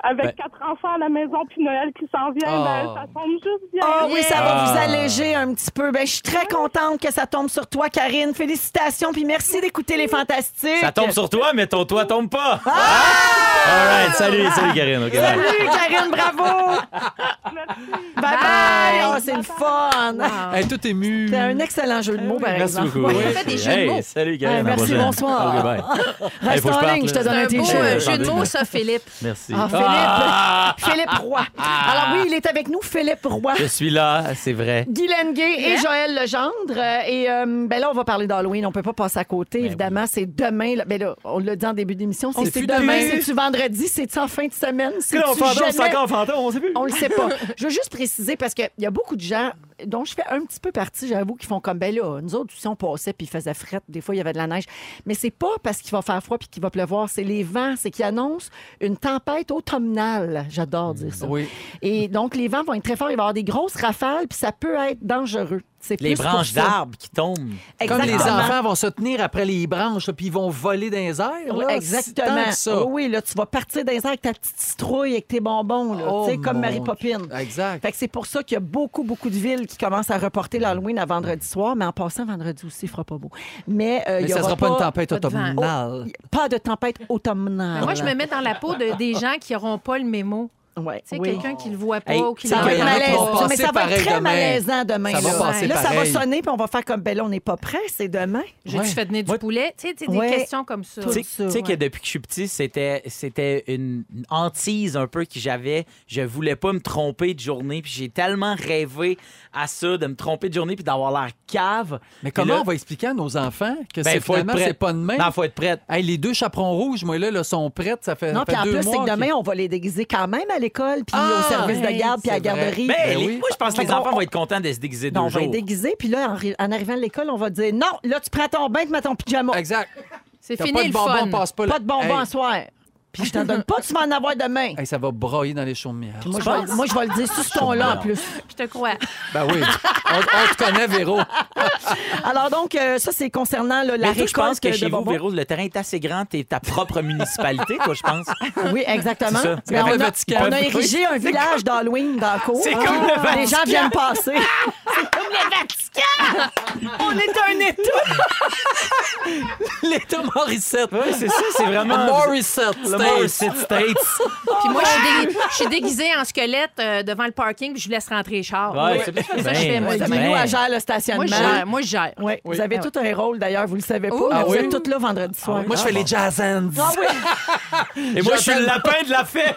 S5: Avec
S2: Ben-
S5: quatre enfants à la maison, puis Noël qui s'en vient.
S2: Oh.
S5: Ben, ça tombe juste bien.
S3: Oh oui, ça va
S1: Ah.
S3: vous alléger un petit peu. Ben, je suis très contente que ça tombe sur toi, Karine. Félicitations, puis merci d'écouter les fantastiques.
S1: Ça tombe sur toi, mais ton toit tombe pas. Ah! All right, salut, salut Karine. OK, bye.
S3: Ah! Salut, Karine, bravo!
S5: Merci.
S3: Bye-bye! Oh, c'est le fun!
S4: Wow.
S2: Hey, tout ému.
S3: C'est Ah. un excellent jeu de mots, par
S1: Merci
S3: exemple.
S1: beaucoup.
S4: On fait des jeux de mots.
S1: Hey, salut Karine.
S3: Ouais,
S1: à la
S3: merci,
S1: prochaine.
S3: bonsoir.
S1: OK, bye. Hey,
S3: Reste
S1: faut que
S3: en
S1: parte,
S3: ligne,
S1: là.
S3: je te donne
S4: C'est un
S3: un
S4: beau
S3: t-shirt.
S4: euh,
S1: Attendez,
S4: jeu de mots,
S1: mais-
S4: ça, Philippe.
S1: Merci.
S3: Ah, Philippe.
S1: Ah!
S3: Philippe Roy. Alors oui, il est avec nous, Philippe Roy.
S1: Je suis là, c'est vrai.
S3: Guy Lenguet et
S4: Yeah.
S3: Joël Legendre. Euh, Et euh, ben là, on va parler d'Halloween. On peut pas passer à côté, évidemment. C'est demain. Là. Ben là, on l'a dit en début d'émission.
S2: On
S3: C'est
S2: sait
S3: c'est
S2: plus
S3: demain.
S2: demain.
S3: C'est-tu vendredi? C'est-tu en fin de semaine? C'est-tu
S1: fantôme,
S3: jamais?
S1: fantôme, on sait plus.
S3: On le sait pas. Je veux juste préciser parce qu'il y a beaucoup de gens dont je fais un petit peu partie, j'avoue, qui font comme, ben là, nous autres aussi, on passait puis il faisait fret. Des fois, il y avait de la neige. Mais c'est pas parce qu'il va faire froid puis qu'il va pleuvoir, c'est les vents, c'est qu'ils annoncent une tempête automnale. J'adore dire ça.
S2: Oui.
S3: Et donc, les vents vont être très forts, il va y avoir des grosses rafales puis ça peut être dangereux. C'est
S1: Les
S3: plus pour
S1: branches
S3: ça.
S1: d'arbres qui tombent.
S2: Comme les
S3: Exactement.
S2: enfants vont se tenir après les branches, puis ils vont voler dans les airs.
S3: Oui,
S2: là,
S3: exactement.
S2: Oh, tant que ça.
S3: Oui, oui, là, tu vas partir dans les airs avec ta petite citrouille, avec tes bonbons, là,
S2: Oh,
S3: tu sais, comme
S2: mon
S3: Mary Poppins.
S2: Dieu. Exact.
S3: Fait que c'est pour ça qu'il y a beaucoup, beaucoup de villes qui commencent à reporter l'Halloween à vendredi soir, mais en passant, vendredi aussi, il fera pas beau. Mais, euh,
S2: Mais
S3: il y
S2: ça
S3: aura
S2: sera pas, une
S3: pas- Oh,
S2: tempête
S4: pas de vent.
S2: automnale.
S3: Pas de tempête
S2: Ah,
S3: automnale.
S4: Moi, je me mets dans la peau de- des gens qui n'auront pas le mémo.
S3: Ouais,
S4: Tu sais,
S3: oui.
S4: quelqu'un qui le voit pas
S1: Hey,
S4: ou qui
S3: Ça
S4: l'a-
S3: va
S2: Il y
S3: être
S2: en a qui
S3: malaisant.
S2: vont passer
S3: Mais ça va être
S2: pareil
S3: très
S2: demain.
S3: malaisant demain.
S2: Ça
S4: va
S3: là.
S4: passer
S3: Là, ça va
S2: pareil.
S3: sonner, puis on va faire comme ben là, on n'est pas prêt, c'est demain.
S4: J'ai-tu
S2: Ouais.
S4: fait venir du
S1: Moi-
S4: poulet? Tu sais, tu sais,
S3: Ouais.
S4: des questions comme ça.
S3: Tout
S1: Tu sais-
S3: ça,
S1: tu sais que
S4: ouais.
S1: depuis que je suis petit, c'était, c'était une une hantise un peu que j'avais. Je voulais pas me tromper de journée. Puis j'ai tellement rêvé à ça, de me tromper de journée puis d'avoir l'air cave.
S2: Mais
S1: Puis
S2: comment
S1: là,
S2: on va expliquer à nos enfants que
S1: ben,
S2: c'est
S1: faut être
S2: finalement,
S1: prêt.
S2: c'est pas demain?
S1: Non, faut être prête.
S2: Hey, les deux chaperons rouges, moi, là, là, sont prêtes. Ça fait,
S3: Non,
S2: ça
S3: puis
S2: fait
S3: en
S2: deux
S3: plus, c'est
S2: mois
S3: que demain,
S2: qu'ils-
S3: on va les déguiser quand même à l'école, puis
S2: Ah,
S3: au service de
S2: ouais,
S3: garde, puis à la
S2: c'est vrai.
S3: garderie.
S1: Mais
S2: Ben
S1: les-
S2: oui.
S1: moi, je pense que les
S3: Fait qu'on-
S1: enfants vont être contents de se déguiser
S3: Non, ben,
S1: deux
S3: on va
S1: jours.
S3: être déguisé, puis là, en, ri- en arrivant de l'école, on va dire non, là, tu prends ton bain, tu mets ton pyjama.
S2: Exact.
S4: C'est
S2: T'as
S4: fini
S2: pas
S4: le
S2: de bonbons,
S4: fun.
S2: passe pas le-
S3: Pas de bonbons
S2: Hey,
S3: à soir. Puis je t'en donne pas, tu vas en avoir demain.
S2: hey, ça va broyer dans les chaumières.
S3: Moi, je vais, moi, je vais le dire sur ce ton-là, en plus.
S4: Je te crois.
S2: Ben oui. on, on te connaît, Véro.
S3: Alors, donc, euh, ça, c'est concernant là, la
S1: Mais toi, je pense
S3: récolte
S1: que
S3: de
S1: chez vous,
S3: bonbons.
S1: Véro, le terrain est assez grand. T'es ta propre municipalité, toi, je pense.
S3: Oui, exactement.
S1: hein? C'est ça. C'est
S3: Mais
S2: comme
S3: on,
S2: le
S3: a,
S2: Vatican.
S3: on a
S2: Oui.
S3: érigé un village d'Halloween dans la cour.
S1: C'est comme le
S3: Les
S1: Vatican.
S3: gens viennent passer. C'est comme le Vatican! On est un État!
S2: L'État Morissette.
S1: Oui, c'est ça, c'est
S2: Le
S1: vraiment.
S2: Morissette.
S1: Le
S2: States.
S1: Morissette States.
S4: Puis moi, je suis, dégui- je suis déguisée en squelette euh, devant le parking, puis je laisse rentrer les chars.
S1: Ouais,
S4: Oui.
S1: c'est bien.
S4: ça que je fais, moi.
S1: Ben,
S4: demain.
S3: Nous, à
S1: ben.
S3: gère le
S4: Moi,
S3: stationnement.
S4: je gère. Moi, je gère.
S3: Ouais, Vous avez
S4: Ah
S3: tout un rôle, d'ailleurs, vous le savez pas.
S4: Ouh.
S3: mais
S2: Ah
S3: vous
S2: oui?
S3: êtes toutes là vendredi soir.
S2: Moi, je fais les jazz hands.
S3: Ah
S1: Et moi, je suis le lapin de la Ah, fête.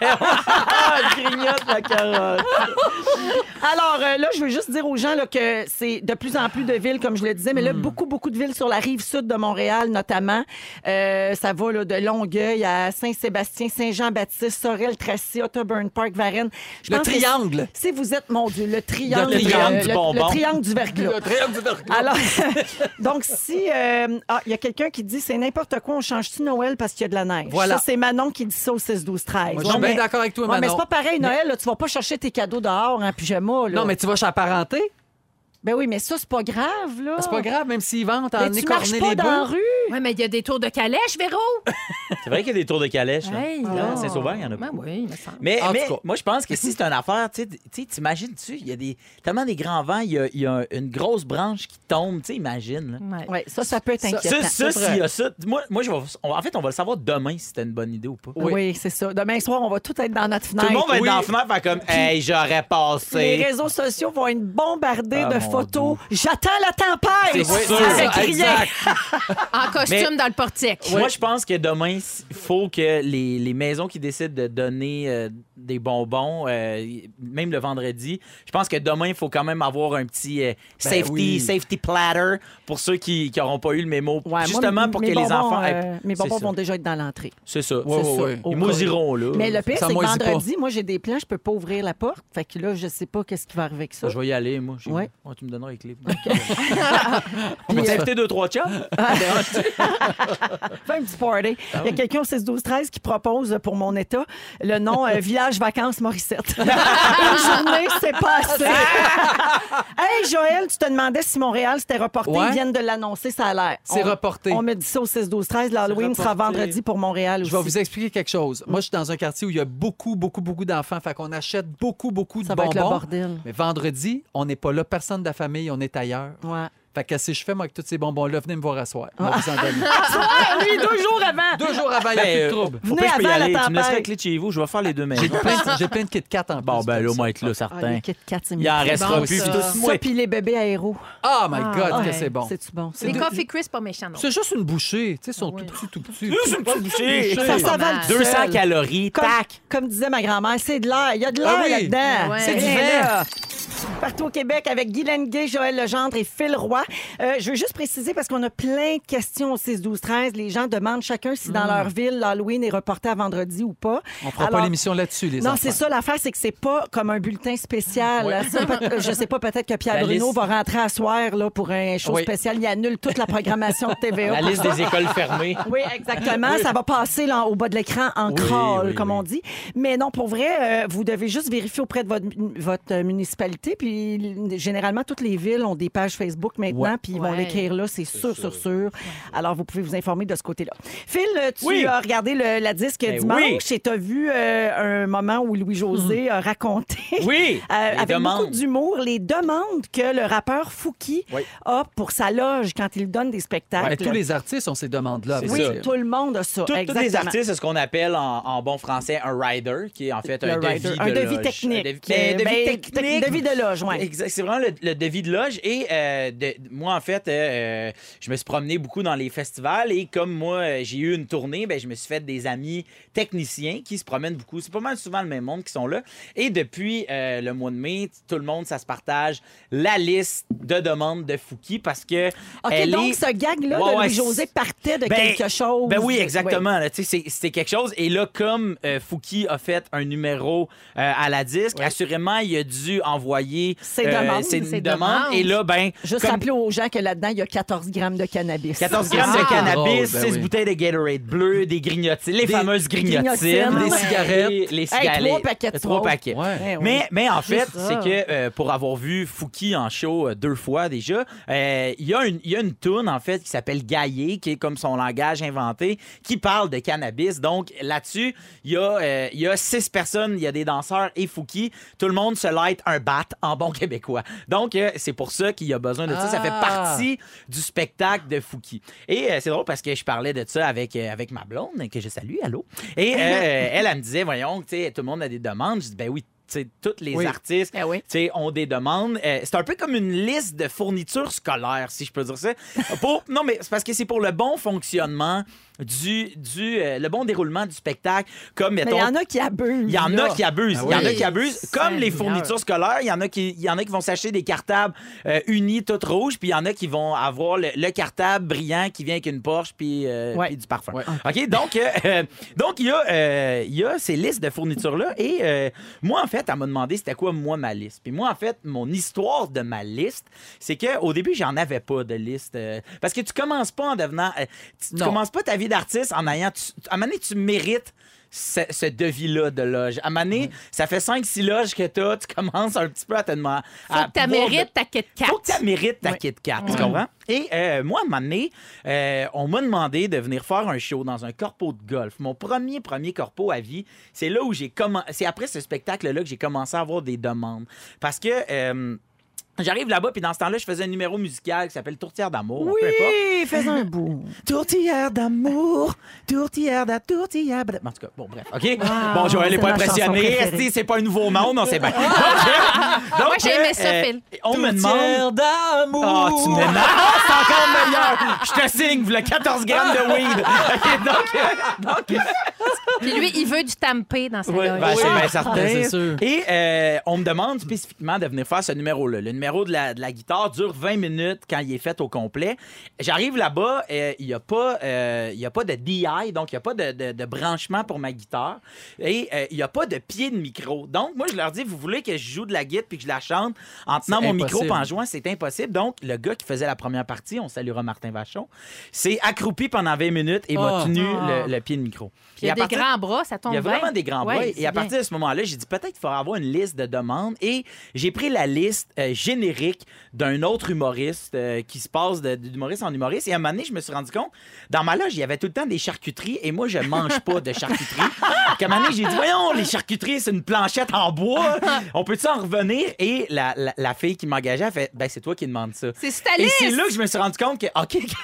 S3: grignote Ah, la carotte. Alors euh, là, je veux juste dire aux gens là, que c'est de plus en plus de villes, comme je le disais, mais
S2: Hmm.
S3: là, beaucoup, beaucoup de villes sur la rive sud de Montréal, notamment. Euh, ça va là, de Longueuil à Saint-Sébastien, Saint-Jean-Baptiste, Sorel, Tracy, Otterburn Park, Varennes. Je
S2: Le
S3: pense que
S2: triangle.
S3: si vous êtes, mon Dieu, le triangle,
S2: Le triangle
S3: euh,
S1: du
S3: le-
S1: bonbon.
S3: le triangle du verglas.
S2: Le triangle du verglas.
S3: Alors, donc si... euh, ah, il y a quelqu'un qui dit, c'est n'importe quoi, on change-tu Noël parce qu'il y a de la neige?
S2: Voilà.
S3: Ça, c'est Manon qui dit ça au 6-12-13.
S2: Moi, je suis
S3: Ouais,
S2: bien
S3: mais-
S2: d'accord avec toi,
S3: Ouais, mais
S2: Manon.
S3: c'est pas pareil, Noël. là, tu vas pas chercher tes cadeaux dehors en pyjama. Là.
S2: Non, mais tu vas chez la parenté.
S3: Ben oui, mais ça, c'est pas grave. là.
S2: C'est pas grave, même s'ils vendent en
S3: Ah. Mais tu marches
S2: écorné
S3: pas
S2: les
S3: dans la
S2: bœufs.
S3: rue.
S4: Oui, mais il y a des tours de calèche, Véro.
S1: C'est vrai qu'il y a des tours de calèche. hein.
S4: Hey,
S1: Ah,
S4: là.
S1: C'est sauveur, il y en a pas.
S4: Ben oui, il me semble.
S1: Mais,
S2: En
S1: mais
S2: tout cas.
S1: moi, je pense que si c'est une affaire, tu sais, tu sais, t'imagines-tu, il y a des, tellement des grands vents, il y a, il y a une grosse branche qui tombe, tu sais, imagine. là.
S4: Ouais.
S3: Oui, ça, ça peut être
S2: Ça-
S1: Ça,
S3: inquiétant.
S1: ça,
S2: c'est vrai.
S1: s'il y a ça, moi, moi je vais- on- en fait, on va le savoir demain si c'était une bonne idée ou pas.
S3: oui, c'est ça. Demain soir, on va tout être dans notre fenêtre.
S1: Tout le monde va être
S2: oui.
S1: dans la fenêtre, faire comme, hey, j'aurais
S3: Les
S1: passé.
S3: réseaux sociaux vont être bombardés
S1: Ah,
S3: de
S1: mon
S3: photos. J'attends la tempête!
S1: C'est sûr.
S3: Avec rien.
S2: Exact.
S4: En costume dans le portique.
S1: Moi, je pense que demain, il faut que les, les maisons qui décident de donner euh, des bonbons, euh, y- même le vendredi, je pense que demain, il faut quand même avoir un petit euh,
S3: Ben
S1: safety,
S2: oui.
S1: safety platter pour ceux qui n'auront pas eu le mémo.
S3: Ouais, moi,
S1: justement
S3: mes-
S1: pour que
S3: mes
S1: les
S3: bonbons,
S1: enfants. aient-
S3: euh, mes
S1: C'est
S3: bonbons
S1: ça. Euh,
S3: vont déjà être dans l'entrée.
S1: C'est ça.
S2: Ouais,
S3: C'est
S2: ouais,
S3: ça,
S2: ouais.
S3: au
S1: Ils
S3: cas
S1: moisiront, là.
S3: Mais le pire,
S2: Ça
S3: c'est que
S2: moisit pas.
S3: vendredi, moi, j'ai des plans, je peux pas ouvrir la porte. Fait que là, je sais pas qu'est-ce qui va arriver avec ça.
S1: Je vais y aller, moi. J'ai-
S3: Ouais.
S1: Oh, tu me donneras les clés. On va t'inviter deux, trois chats.
S3: Fais un petit party. Il y a quelqu'un au 16 12 13 qui propose euh, pour mon état le nom euh, Village Vacances Morissette. Une journée, c'est pas assez. hey Joël, tu te demandais si Montréal c'était reporté,
S2: Ouais.
S3: ils viennent de l'annoncer, ça a l'air.
S2: C'est
S3: On-
S2: reporté.
S3: On me dit ça au 16 12 13, l'Halloween
S1: C'est
S3: sera
S1: reporté.
S3: vendredi pour Montréal aussi.
S2: Je vais vous expliquer quelque chose. Moi, je suis dans un quartier où il y a beaucoup, beaucoup, beaucoup d'enfants. Fait qu'on achète beaucoup, beaucoup de
S3: ça va
S2: bonbons.
S3: être le bordel.
S2: Mais vendredi, on n'est pas là, personne de la famille, on est ailleurs.
S3: Ouais.
S2: Fait que si je fais, moi, avec tous ces bonbons-là, venez me voir asseoir. On va vous en donner.
S3: Ah. oui, deux jours avant.
S2: Deux jours avant, il n'y a
S1: Ben,
S2: plus de
S1: euh,
S2: trouble.
S1: au
S3: Venez
S1: pire, je peux y
S3: avant la
S1: aller. Tu me laisseras
S3: tempête.
S1: les clés de chez vous. Je vais faire les deux
S2: J'ai
S1: maisons.
S2: plein, de- j'ai plein de Kit Kat en plus.
S1: Bon, ben là,
S2: comme
S1: on
S2: ça.
S1: va être là,
S3: Ah, les
S1: certain.
S3: Kit Kats, c'est
S1: Il en
S3: mieux.
S1: restera
S4: bon,
S1: plus.
S4: ça.
S1: puis
S2: Ah.
S1: tout-
S3: Ça,
S1: Ouais.
S3: puis les bébés aéros.
S2: Oh my
S4: Ah,
S2: God,
S3: Ouais.
S2: que c'est bon.
S3: C'est-tu bon? ça?
S4: Les coffee crisp pas méchants, non.
S2: C'est juste une bouchée. Tu sais, ils sont
S4: Ah oui.
S2: tout petits, tout petits.
S1: Juste une petite bouchée.
S3: Ça s'avale
S4: Dommage.
S3: tout
S1: 200
S3: seul.
S1: calories.
S3: Comme,
S1: Tac.
S3: comme disait ma grand-mère, c'est de l'air. Il y a de l'air
S2: Ah oui.
S3: là-dedans.
S4: Ouais.
S2: C'est du
S3: Hey, là.
S2: verre.
S3: partout au Québec avec Guylaine Gay, Joël Legendre et Phil Roy. Euh, je veux juste préciser parce qu'on a plein de questions au 6 12 13, les gens demandent chacun si
S2: Mm.
S3: dans leur ville l'Halloween est reporté à vendredi ou pas.
S2: On fera
S3: Alors,
S2: pas l'émission là-dessus, les
S3: non,
S2: enfants.
S3: c'est ça l'affaire, c'est que c'est pas comme un bulletin spécial.
S2: Ouais.
S3: Ça, peut- je sais pas, peut-être que Pierre
S1: La
S3: Bruno
S1: liste-
S3: va rentrer à soir là, pour un show
S2: Oui.
S3: spécial. Il annule toute la programmation de
S1: La
S3: TVA.
S1: liste des écoles fermées.
S3: Oui, exactement. Ça va passer là, au bas de l'écran en
S2: Oui,
S3: crawl,
S2: oui,
S3: comme
S2: oui.
S3: on dit. Mais non, pour vrai, euh, vous devez juste vérifier auprès de votre, votre euh, municipalité. Puis l- généralement, toutes les villes ont des pages Facebook maintenant, puis ils vont
S4: Ouais.
S3: l'écrire là, c'est sûr, sûr, sûr. Alors, vous pouvez vous informer de ce côté-là. Phil, euh, tu
S1: Oui.
S3: as regardé le- la disque
S1: Ben
S3: dimanche
S1: oui.
S3: et tu as vu euh, un moment où Louis-José a raconté.
S1: Oui,
S3: euh,
S1: les
S3: avec
S1: demandes.
S3: beaucoup d'humour, les demandes que le rappeur Fouki
S1: Oui.
S3: a pour sa loge quand il donne des spectacles.
S2: Mais Ben, tous les artistes ont ces demandes-là.
S1: C'est
S3: Oui,
S1: ça.
S3: tout le monde a ça.
S1: Tout- tous
S3: exactement.
S1: les artistes, c'est ce qu'on appelle en, en bon français un rider, qui est en fait un
S3: Le
S1: devis,
S3: rider.
S1: de
S3: Un devis
S1: loge.
S3: technique.
S1: Un devis, mais un
S3: Euh,
S1: devis
S3: ben,
S1: technique.
S3: te- devis de loge, ouais.
S1: Exact. C'est vraiment le, le devis de loge. Et euh, de- moi, en fait, euh, euh, je me suis promené beaucoup dans les festivals. Et comme moi, euh, j'ai eu une tournée, ben, je me suis fait des amis techniciens qui se promènent beaucoup. C'est pas mal souvent le même monde qui sont là. Et depuis euh, le mois de mai, tout le monde, ça se partage la liste de demandes de Fouki parce que.
S3: OK,
S1: elle
S3: donc
S1: est-
S3: ce gag-là
S1: Ouais,
S3: de
S1: ouais,
S3: Louis-José
S1: c'est-
S3: partait de
S1: ben,
S3: quelque chose.
S1: Ben oui, exactement. là, tu sais, c'est- C'était quelque chose. Et là, comme euh, Fouki a fait un numéro euh, à la disque, assurément, il a dû envoyer euh,
S3: Ses demandes,
S1: ses
S4: ses
S1: demandes.
S4: demandes.
S1: Et là, ben,
S3: Juste
S1: comme
S3: rappeler aux gens que là-dedans, il y a 14 grammes de cannabis.
S1: 14 grammes
S2: Ah,
S1: de cannabis,
S2: drôle, ben
S1: 6
S2: oui.
S1: bouteilles de Gatorade bleu, des grignotines, les
S2: Des
S1: fameuses grignotines,
S3: grignotines,
S1: des
S3: ouais.
S1: cigarettes,
S2: Hey,
S1: les
S3: trois
S1: cigarettes.
S3: paquets de
S1: Trois
S3: trois.
S1: paquets.
S2: Ouais.
S3: Eh oui.
S1: Mais, mais en fait,
S3: Juste ça.
S1: c'est que euh, pour avoir vu Fouki en show euh, deux fois déjà, euh, il y a une, il y a une toune en fait qui s'appelle Gaillé, qui est comme son langage inventé, qui parle de cannabis. Donc là-dessus, il y, a, euh, il y a six personnes, il y a des danseurs et Fouki. Tout le monde se light un bat en bon québécois. Donc euh, c'est pour ça qu'il y a besoin de ça. Ça fait
S2: Ah.
S1: partie du spectacle de Fouki. Et euh, c'est drôle parce que je parlais de ça avec, euh, avec ma blonde, que je salue, allô. Et euh, elle, elle me disait, voyons, tu sais, tout le monde a des demandes. Je dis, ben oui. tu sais, tous les
S2: Oui.
S1: artistes
S3: Ben oui.
S1: tu sais, ont des demandes. Euh, c'est un peu comme une liste de fournitures scolaires, si je peux dire ça. Pour, non, mais c'est parce que c'est pour le bon fonctionnement du, du euh, le bon déroulement du spectacle. Comme
S3: Mais il
S1: mettons,
S3: y en a qui abusent.
S1: il y en a
S3: là.
S1: qui abusent.
S2: Ah
S1: Il y en a
S2: oui.
S1: qui abusent. Comme les
S4: Seigneur.
S1: fournitures scolaires, il y en a qui, il y en a qui vont s'acheter des cartables euh, unis, toutes rouges, puis il y en a qui vont avoir le, le cartable brillant qui vient avec une Porsche puis, euh,
S3: Ouais.
S1: puis du parfum.
S2: Ouais.
S1: OK? Donc, euh, euh, donc il, y a, euh, il y a ces listes de fournitures-là. Et euh, moi, en fait, elle m'a demandé c'était quoi, moi, ma liste. Puis moi, en fait, mon histoire de ma liste, c'est qu'au début, j'en avais pas de liste. euh, parce que tu commences pas en devenant. euh, tu tu
S2: Non.
S1: commences pas ta vie d'artiste en ayant. tu- à un moment donné, tu mérites ce, ce devis-là de loge. À un moment donné, ça fait 5-6 loges que tu Tu commences un petit peu à te demander.
S4: Faut
S1: à
S4: que tu
S1: pouvoir-
S4: mérites ta quête
S1: ah, ben, faut que tu mérites ta Kit Kat, tu comprends? Et euh, moi, à un moment donné, euh, on m'a demandé de venir faire un show dans un corpo de golf. Mon premier, premier corpo à vie, c'est là où j'ai commencé... C'est après ce spectacle-là que j'ai commencé à avoir des demandes. Parce que... euh, J'arrive là-bas, puis dans ce temps-là, je faisais un numéro musical qui s'appelle Tourtière d'amour.
S3: Oui,
S1: peu importe.
S3: fais un bout.
S1: Tourtière d'amour, tourtière d'a tourtière d'a- En tout cas, bon, bref, OK? bon, Joël n'est
S3: c'est
S1: pas
S3: ma
S1: impressionné.
S3: chanson préférée. Ah,
S1: Esti, c'est pas un nouveau monde, on sait bien. euh, Moi,
S4: j'ai aimé ça, Phil.
S1: On me demande...
S2: d'amour.
S1: Ah, tu m'énerves. Ah, c'est encore meilleur. Je te signe, le 14 grammes de weed. Et donc, euh, donc, euh,
S4: Puis lui, il veut du tampé dans sa
S1: ouais,
S4: loge.
S1: ben, c'est bien
S2: Ben,
S1: certain.
S2: c'est sûr.
S1: Et euh, on me demande spécifiquement de venir faire ce numéro-là. Le numéro de la, de la guitare dure 20 minutes quand il est fait au complet. J'arrive là-bas, euh, il n'y a, pas, euh, il y a pas de DI, donc il n'y a pas de, de- de branchement pour ma guitare. Et euh, il n'y a pas de pied de micro. Donc, moi, je leur dis, vous voulez que je joue de la guitare puis que je la chante en tenant mon micro
S2: impossible.
S1: puis en jouant, c'est impossible. Donc, le gars qui faisait la première partie, on saluera Martin Vachon, s'est accroupi pendant 20 minutes et m'a
S2: Oh.
S1: tenu
S4: Ah.
S1: le, le pied de micro.
S4: Puis il y
S1: Et
S4: a
S1: à
S4: des
S1: partir-
S4: grands bras, ça tombe
S1: il y a
S4: bien.
S1: vraiment des grands
S4: Ouais,
S1: bras.
S4: c'est
S1: Et à
S4: bien.
S1: partir de ce moment-là, j'ai dit peut-être qu'il faudra avoir une liste de demandes. Et j'ai pris la liste euh, générique d'un autre humoriste euh, qui se passe de- d'humoriste en humoriste. Et à un moment donné, je me suis rendu compte, dans ma loge, il y avait tout le temps des charcuteries et moi, je mange pas de charcuteries. Donc, à un moment donné, j'ai dit voyons, les charcuteries, c'est une planchette en bois. On peut-tu en revenir? Et la, la- la fille qui m'engageait, elle fait ben, c'est toi qui demande ça.
S4: C'est sur ta
S1: Et
S4: liste!
S1: c'est là que je me suis rendu compte que, OK,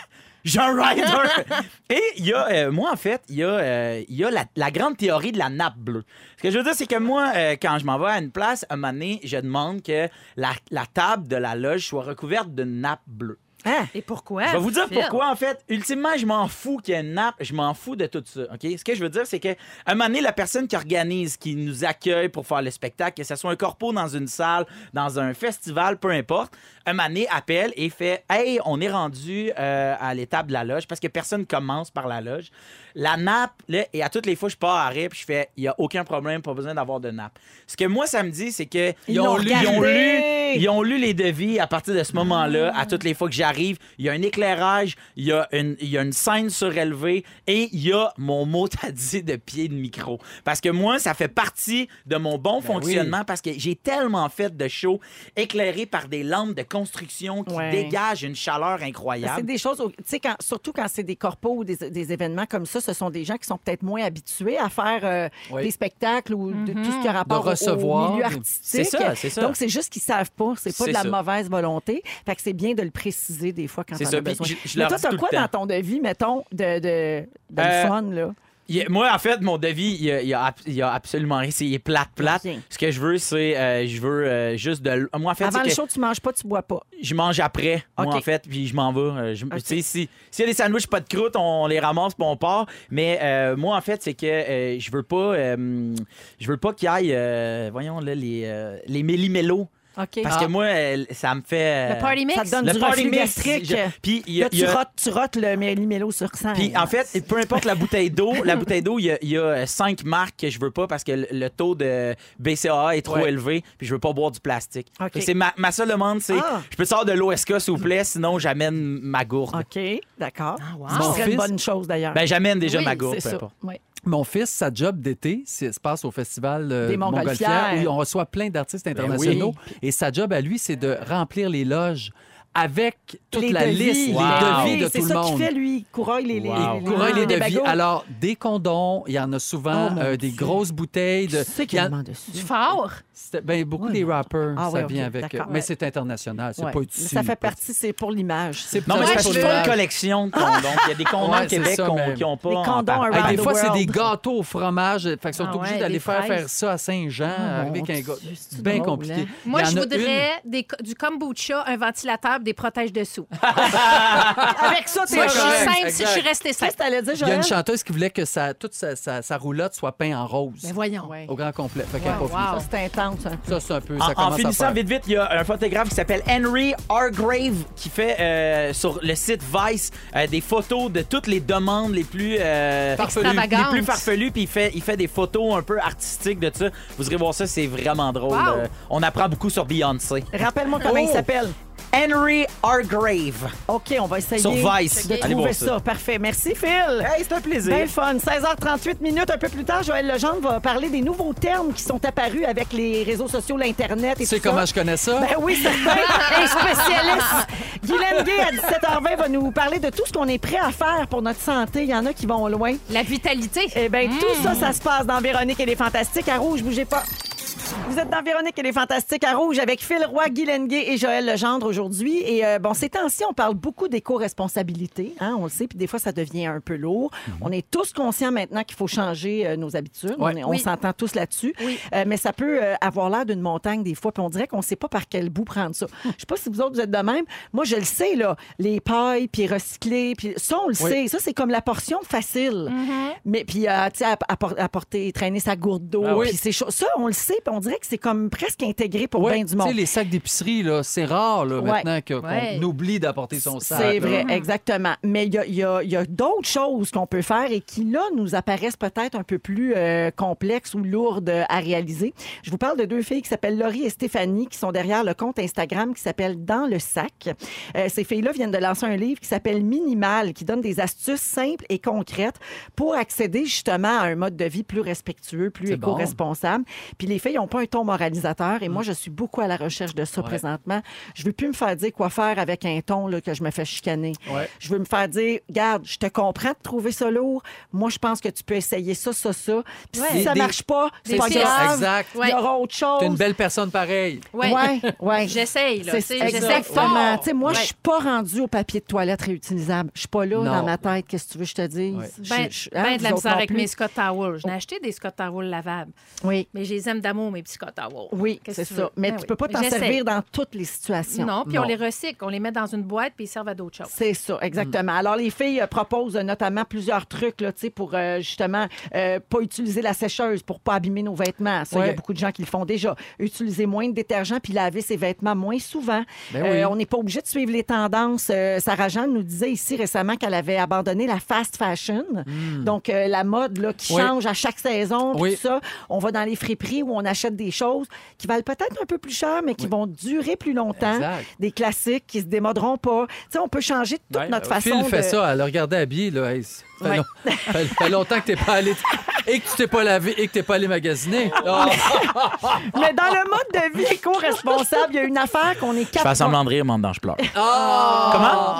S1: j'ai un rider. Et il y a, euh, moi, en fait, il y a, euh, il y a la, la grande théorie de la nappe bleue. Ce que je veux dire, c'est que moi, euh, quand je m'en vais à une place, à un moment donné, je demande que la, la table de la loge soit recouverte d'une nappe bleue.
S3: Hein?
S4: Et pourquoi?
S1: Je vais vous dire
S4: Phil?
S1: pourquoi, en fait. Ultimement, je m'en fous qu'il y ait une nappe, je m'en fous de tout ça. OK? Ce que je veux dire, c'est qu'à un moment donné, la personne qui organise, qui nous accueille pour faire le spectacle, que ce soit un corpo dans une salle, dans un festival, peu importe, un moment donné, appelle et fait Hey, on est rendu euh, à l'étape de la loge parce que personne commence par la loge. La nappe, là, et à toutes les fois, je pars à rire puis je fais Il n'y a aucun problème, pas besoin d'avoir de nappe. Ce que moi, ça me dit, c'est que
S3: Ils l'ont
S1: lu, ils ont lu,
S3: regardé.
S1: ils ont lu les devis à partir de ce moment-là. À toutes les fois que j'arrive, il y a un éclairage, il y a une, il y a une scène surélevée et il y a mon mot à dire de pied de micro. Parce que moi, ça fait partie de mon bon
S3: Ben
S1: fonctionnement parce que j'ai tellement fait de shows éclairés par des lampes de construction qui
S3: Ouais. Ben,
S1: dégagent une chaleur
S3: C'est
S1: incroyable.
S3: des choses, au- tu sais, quand- surtout quand c'est des corpos ou des, des événements comme ça, ce sont des gens qui sont peut-être moins habitués à faire euh,
S2: Oui.
S3: des spectacles ou de, tout ce
S1: Mm-hmm.
S3: qui a rapport au-
S2: recevoir,
S3: au milieu
S2: des-
S3: artistique.
S1: C'est ça, c'est ça.
S3: Donc, c'est juste qu'ils savent pas. C'est pas
S1: C'est
S3: de la
S1: ça.
S3: mauvaise volonté. Fait que c'est bien de le préciser des fois quand
S1: C'est
S3: on
S1: ça,
S3: a
S1: puis
S3: besoin.
S1: je- je
S3: Mais
S1: leur
S3: toi,
S1: dis
S3: t'as
S1: tout le
S3: quoi
S1: temps.
S3: dans ton devis, mettons, de, de, de le
S1: Euh,
S3: fun, là?
S1: Il y a- moi, en fait, mon devis, il y a, il y a ab- il y a absolument rien. C'est il est plate, plate.
S3: Rien.
S1: Ce que je veux, c'est euh, je veux euh, juste de. l- Moi, en fait,
S3: Avant
S1: c'est
S3: le
S1: que-
S3: show, tu manges pas, tu bois pas.
S1: je mange après,
S3: OK.
S1: moi, en fait, puis je m'en vais. Euh, je-
S3: OK.
S1: Tu sais, si- s'il y a des sandwichs pas de croûte, on les ramasse puis on part. Mais euh, moi, en fait, c'est que euh, je veux pas, euh, je veux pas qu'il y aille, euh, voyons, là, les, euh, les méli-mélos.
S3: OK.
S1: Parce que moi, euh, ça me fait. euh,
S4: Le party mix?
S3: ça te donne
S1: le
S3: du
S1: party
S3: reflux
S1: mix,
S3: gastrique.
S1: je- Puis il y a-
S3: Là,
S1: il y
S3: tu,
S1: a-
S3: rotes, tu rotes le mélimélo sur scène.
S1: puis en fait, peu importe la bouteille d'eau, la bouteille d'eau, il y a- il y, a cinq marques que je veux pas parce que le, le taux de BCAA est trop
S2: Ouais.
S1: élevé, puis je veux pas boire du plastique.
S3: OK.
S1: Fait que C'est ma, ma seule demande, c'est
S3: Ah.
S1: je peux sortir de l'OSK s'il vous plaît, sinon j'amène ma gourde.
S3: OK, d'accord.
S4: Ah, wow.
S3: Ce
S2: Mon
S3: serait une
S2: fils-
S3: bonne chose, d'ailleurs.
S1: Ben j'amène déjà
S4: Oui,
S1: ma gourde,
S3: c'est
S1: peu
S3: ça.
S1: importe.
S3: Ouais.
S2: Mon fils, sa job d'été, c'est- se passe au festival euh,
S3: Des Montgolfières.
S2: Montgolfières, où on reçoit plein d'artistes
S1: Ben
S2: internationaux. Et sa job à lui, c'est de remplir les loges avec toute
S3: Les
S2: la
S3: devis,
S2: liste,
S3: les
S1: Wow.
S2: les devis de
S3: C'est
S2: tout
S3: ça
S2: le
S3: qu'il
S2: monde.
S3: fait, lui. Il Couraille les, les,
S1: Wow.
S2: Il
S3: les-
S2: couraille les
S3: les
S2: devis.
S3: bagos.
S2: Alors, des condons, il y en a souvent,
S3: Oh, mon
S2: euh, des
S3: Dieu.
S2: grosses bouteilles. De...
S3: Tu sais
S2: il y
S3: qu'il
S2: en-
S3: demande dessus.
S4: Du fort.
S2: C'était- ben, beaucoup des rappers,
S3: Ah,
S2: ça
S3: ouais,
S2: vient
S3: ok,
S2: avec.
S3: d'accord.
S2: Mais
S3: Ouais.
S2: c'est international, c'est
S3: Ouais.
S2: pas
S3: Mais
S2: utile.
S3: Ça fait partie, c'est pour l'image.
S2: C'est
S1: Non, mais c'est
S2: Ouais,
S1: parce que je
S2: je
S1: fais
S2: vois.
S1: une collection de condoms. Il y a des condoms
S2: Ouais,
S1: au
S2: c'est
S1: Québec
S2: ça,
S1: qu'on-
S2: mais-
S1: qui n'ont pas.
S3: Les
S1: en
S3: condoms
S1: partant.
S3: around
S2: Hey, des
S3: the
S2: fois, c'est
S3: world.
S2: des gâteaux au fromage. Fait qu'ils sont
S4: Ah
S2: obligés
S4: ouais,
S2: d'aller
S4: des
S2: faire
S4: fraises.
S2: faire ça à Saint-Jean
S3: Ah, mon
S2: avec un gars.
S3: Dieu, c'est
S2: bien
S3: drôle,
S2: compliqué.
S3: hein?
S4: Moi,
S2: Il y
S4: je
S2: en a
S4: voudrais des co- du kombucha, un ventilateur, des protèges dessous.
S3: Avec ça, t'es
S4: Moi, je suis
S3: correct.
S2: correct,
S4: simple si je
S2: exact.
S4: suis restée
S3: Qu'est-ce que
S4: simple.
S3: t'allais dire,
S2: Il y a
S3: Joël?
S2: une chanteuse qui voulait que sa, toute sa, sa- sa roulotte soit peinte en rose.
S4: Mais voyons.
S3: Ben Ouais.
S2: Au grand complet. Fait qu'elle a
S4: Wow,
S2: Oh, pas fini.
S4: wow.
S3: Ça, c'est intense. hein.
S2: Ça, c'est un peu.
S1: En-
S2: ça
S1: en,
S2: commence à
S1: finissant
S2: faire.
S1: vite vite, il y a un photographe qui s'appelle Henry Hargrave qui fait euh, sur le site Vice euh, des photos de toutes les demandes les plus euh,
S2: Farfelues.
S1: les
S4: Extravagantes.
S1: plus farfelues puis il fait il fait des photos un peu artistiques de ça. Vous irez voir ça, c'est vraiment drôle.
S4: Wow.
S1: Euh, on apprend beaucoup sur Beyoncé.
S3: Rappelle-moi comment il
S1: Oh!
S3: s'appelle.
S1: Henry Hargrave
S3: OK, on va essayer
S1: sur Vice.
S3: de
S1: Allez voir
S3: trouver ça. Ben,
S1: ça.
S3: Parfait. Merci, Phil.
S1: Hey, c'est un plaisir.
S3: Bien fun. 16h38 minutes. Un peu plus tard, Joël Legendre va parler des nouveaux termes qui sont apparus avec les réseaux sociaux, l'Internet et
S2: Tu sais
S3: tout ça.
S2: comment je connais ça?
S3: Ben oui, certain. Un spécialiste. Guylaine Gay, à 17h20, va nous parler de tout ce qu'on est prêt à faire pour notre santé. Il y en a qui vont loin.
S4: La vitalité.
S3: Eh bien, tout ça, ça se passe dans Véronique et les Fantastiques à Rouge. Bougez pas. Vous êtes dans Véronique et les Fantastiques à Rouge avec Phil Roy, Guy Lenguet et Joël Legendre aujourd'hui. Et euh, bon, ces temps-ci, on parle beaucoup d'éco-responsabilité, hein, on le sait, puis des fois, ça devient un peu lourd. On est tous conscients maintenant qu'il faut changer euh, nos habitudes.
S2: Ouais.
S3: On est- On
S4: Oui.
S3: s'entend tous là-dessus.
S4: Oui.
S3: Euh, mais ça peut euh, avoir l'air d'une montagne des fois, puis on dirait qu'on ne sait pas par quel bout prendre ça.
S2: Hum.
S3: Je sais pas si vous autres, vous êtes de même. Moi, je le sais, là, les pailles, puis recycler, puis ça, on
S2: Oui.
S3: le
S2: Mm-hmm.
S3: sait. Ça, c'est comme la portion facile. Mais puis, euh, tu sais, app- appor- apporter, traîner sa gourde d'eau,
S1: Ah oui.
S3: puis ces choses. Ça, on le sait, puis on dirait que c'est comme presque intégré pour
S2: Ouais,
S3: bien ben du
S2: Tu sais,
S3: monde.
S2: les sacs d'épicerie, là, c'est rare là,
S3: Ouais.
S2: maintenant que- qu'on
S4: Ouais.
S2: oublie d'apporter son sac.
S3: C'est
S2: là.
S3: vrai, exactement. Mais il y a, il y a- il y a d'autres choses qu'on peut faire et qui, là, nous apparaissent peut-être un peu plus euh, complexes ou lourdes à réaliser. Je vous parle de deux filles qui s'appellent Laurie et Stéphanie, qui sont derrière le compte Instagram qui s'appelle Dans le sac. Euh, ces filles-là viennent de lancer un livre qui s'appelle Minimal, qui donne des astuces simples et concrètes pour accéder justement à un mode de vie plus respectueux, plus
S2: C'est bon.
S3: éco-responsable. Puis les filles n'ont pas un ton moralisateur et moi, je suis beaucoup à la recherche de ça
S2: Mm. Ouais.
S3: présentement. Je veux plus me faire dire quoi faire avec un ton là, que je me fais chicaner.
S2: Ouais.
S3: Je veux me faire dire, garde, je te comprends de trouver ça lourd. Moi, je pense que tu peux essayer ça, ça, ça. Puis
S4: Ouais.
S3: si ça
S2: Des-
S3: marche pas, c'est
S4: des
S3: pas
S4: pistes.
S3: grave.
S2: Exact.
S3: Il y aura autre chose.
S2: T'es une belle personne pareille.
S4: Ouais.
S3: Ouais, ouais.
S4: J'essaye, là.
S3: C'est-
S4: C'est- J'essaye
S3: Exactement.
S4: fort.
S3: Tu sais, moi,
S4: Ouais.
S3: je suis pas rendue au papier de toilette réutilisable. Je suis pas là
S2: Non.
S3: dans ma tête. Qu'est-ce que tu veux que je te dise?
S2: Ouais.
S3: Je-
S4: Ben,
S3: je- hein,
S4: ben de
S3: vous
S4: la
S3: autres
S4: misère
S3: non
S4: avec
S3: plus. Oh.
S4: mes Scott Towels. J'en ai acheté des Scott Towels lavables,
S3: Oui.
S4: mais je les aime d'amour, mes petits cotes à wow.
S3: Oui,
S4: Qu'est-ce
S3: c'est
S4: que tu veux?
S3: ça. Mais
S4: Ben
S3: tu
S4: oui.
S3: peux pas t'en
S4: J'essaie.
S3: servir dans toutes les situations.
S4: Non, puis on
S3: Bon.
S4: les recycle, on les met dans une boîte puis ils servent à d'autres choses.
S3: C'est ça, exactement. Alors, les filles euh, proposent euh, notamment plusieurs trucs là, tu sais, pour euh, justement euh, pas utiliser la sécheuse pour pas abîmer nos vêtements. Ça, il y a
S2: Ouais.
S3: beaucoup de gens qui le font déjà. Utiliser moins de détergent puis laver ses vêtements moins souvent.
S2: Ben oui.
S3: Euh, on n'est pas obligé de suivre les tendances. Euh, Sarah Jeanne nous disait ici récemment qu'elle avait abandonné la fast fashion. Donc, euh, la mode là, qui
S2: Hmm. Oui.
S3: change à chaque saison. puis
S2: Oui.
S3: tout ça. On va dans les friperies où on achète des choses qui valent peut-être un peu plus cher, mais qui vont durer
S2: Euh,
S3: plus longtemps
S2: Exact.
S3: Hein? des classiques qui se démoderont pas. Tu sais, on peut changer toute
S2: Ouais,
S3: notre
S2: euh,
S3: façon
S2: Phil fait
S3: de...
S2: ça, elle le regardait habillé, là. Hey, ça fait,
S3: Ouais.
S2: long- fait- fait longtemps que t'es pas allé... Et que tu t'es pas lavé et que t'es pas allé magasiner.
S3: Oh.
S2: Ah,
S3: Mais dans le mode de vie éco-responsable, il y a une affaire qu'on est
S1: Je fais
S3: capable...
S1: semblant de rire, mais en dedans, je pleure.
S2: ah!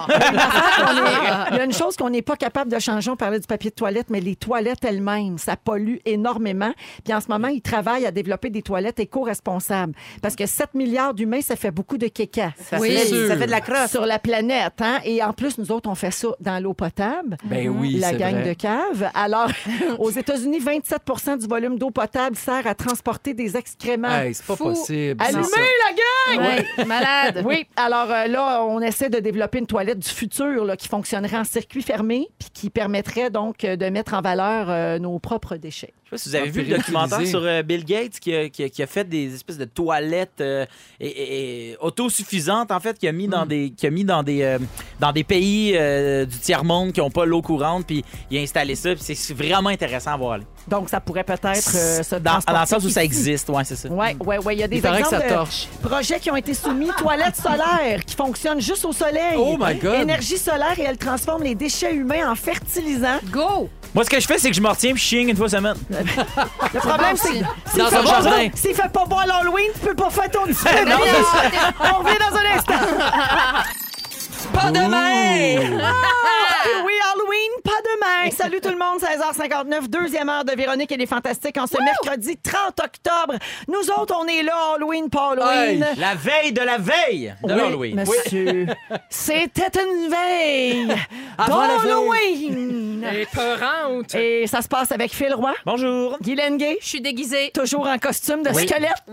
S1: Comment?
S3: Ah, Il y a une chose qu'on n'est pas capable de changer. On parlait du papier de toilette, mais les toilettes elles-mêmes, ça pollue énormément. Puis en ce moment, ils travaillent à développer des toilettes éco-responsables. Parce que 7 milliards d'humains, ça fait beaucoup de kékas.
S6: Ça,
S2: Oui.
S6: fait,
S2: Sûr.
S6: ça fait de la crosse.
S3: Sur la planète, hein? Et en plus, nous autres, on fait ça dans l'eau potable.
S2: Ben oui,
S3: la
S2: c'est
S3: gang
S2: vrai.
S3: de cave. Alors, aux États-Unis, 27 du volume d'eau potable sert à transporter des excréments.
S2: Hey, c'est pas
S4: Fou.
S2: possible. c'est
S3: Allumez
S2: ça.
S3: la gueule!
S4: Ouais, malade.
S3: Oui, alors euh, là, on essaie de développer une toilette du futur là, qui fonctionnerait en circuit fermé puis qui permettrait donc euh, de mettre en valeur euh, nos propres déchets.
S1: Je sais pas si vous avez vu le
S2: Réutiliser.
S1: documentaire sur euh, Bill Gates qui a, qui a- qui a fait des espèces de toilettes euh, et- et, et autosuffisantes, en fait, qui a mis
S3: Hmm.
S1: dans des, qui a mis dans des, euh, dans des pays euh, du tiers-monde qui n'ont pas l'eau courante, puis il a installé ça, puis c'est vraiment intéressant à voir. là.
S3: Donc, ça pourrait peut-être euh, se
S1: dans, dans le
S3: transporter
S1: sens où ça
S3: ici.
S1: existe, ouais, c'est ça.
S3: Oui, oui, oui. Il y a des
S2: Il paraît que
S3: exemples
S2: ça
S3: de
S2: torche.
S3: projets qui ont été soumis. Toilettes solaires qui fonctionnent juste au soleil.
S2: Oh my God.
S3: Énergie solaire et elle transforme les déchets humains en fertilisants.
S4: Go!
S1: Moi, ce que je fais, c'est que je me retiens, puis je chigne une fois semaine.
S3: Le problème,
S4: bon,
S3: c'est
S4: aussi.
S3: que s'il
S2: Dans
S3: fait
S2: Ah, un
S3: pas
S2: jardin.
S3: beau- S'il fait pas beau à l'Halloween, tu peux pas faire ton dîner.
S1: Non, c'est ça.
S3: On revient dans un instant.
S2: Pas demain!
S3: Et oui, Halloween, pas demain. Salut tout le monde, 16h59, deuxième heure de Véronique et les Fantastiques en ce mercredi 30 octobre. Nous autres, on est là, Halloween, pas Halloween.
S2: Hey,
S1: La veille de la veille de
S3: oui,
S1: l'Halloween.
S3: monsieur. C'était une veille
S2: Avant la veille.
S3: d'Halloween.
S6: Épeurante.
S3: Et ça se passe avec Phil Roy,
S1: Bonjour.
S3: Guylaine Gay,
S4: Je suis déguisée.
S3: toujours en costume de squelette,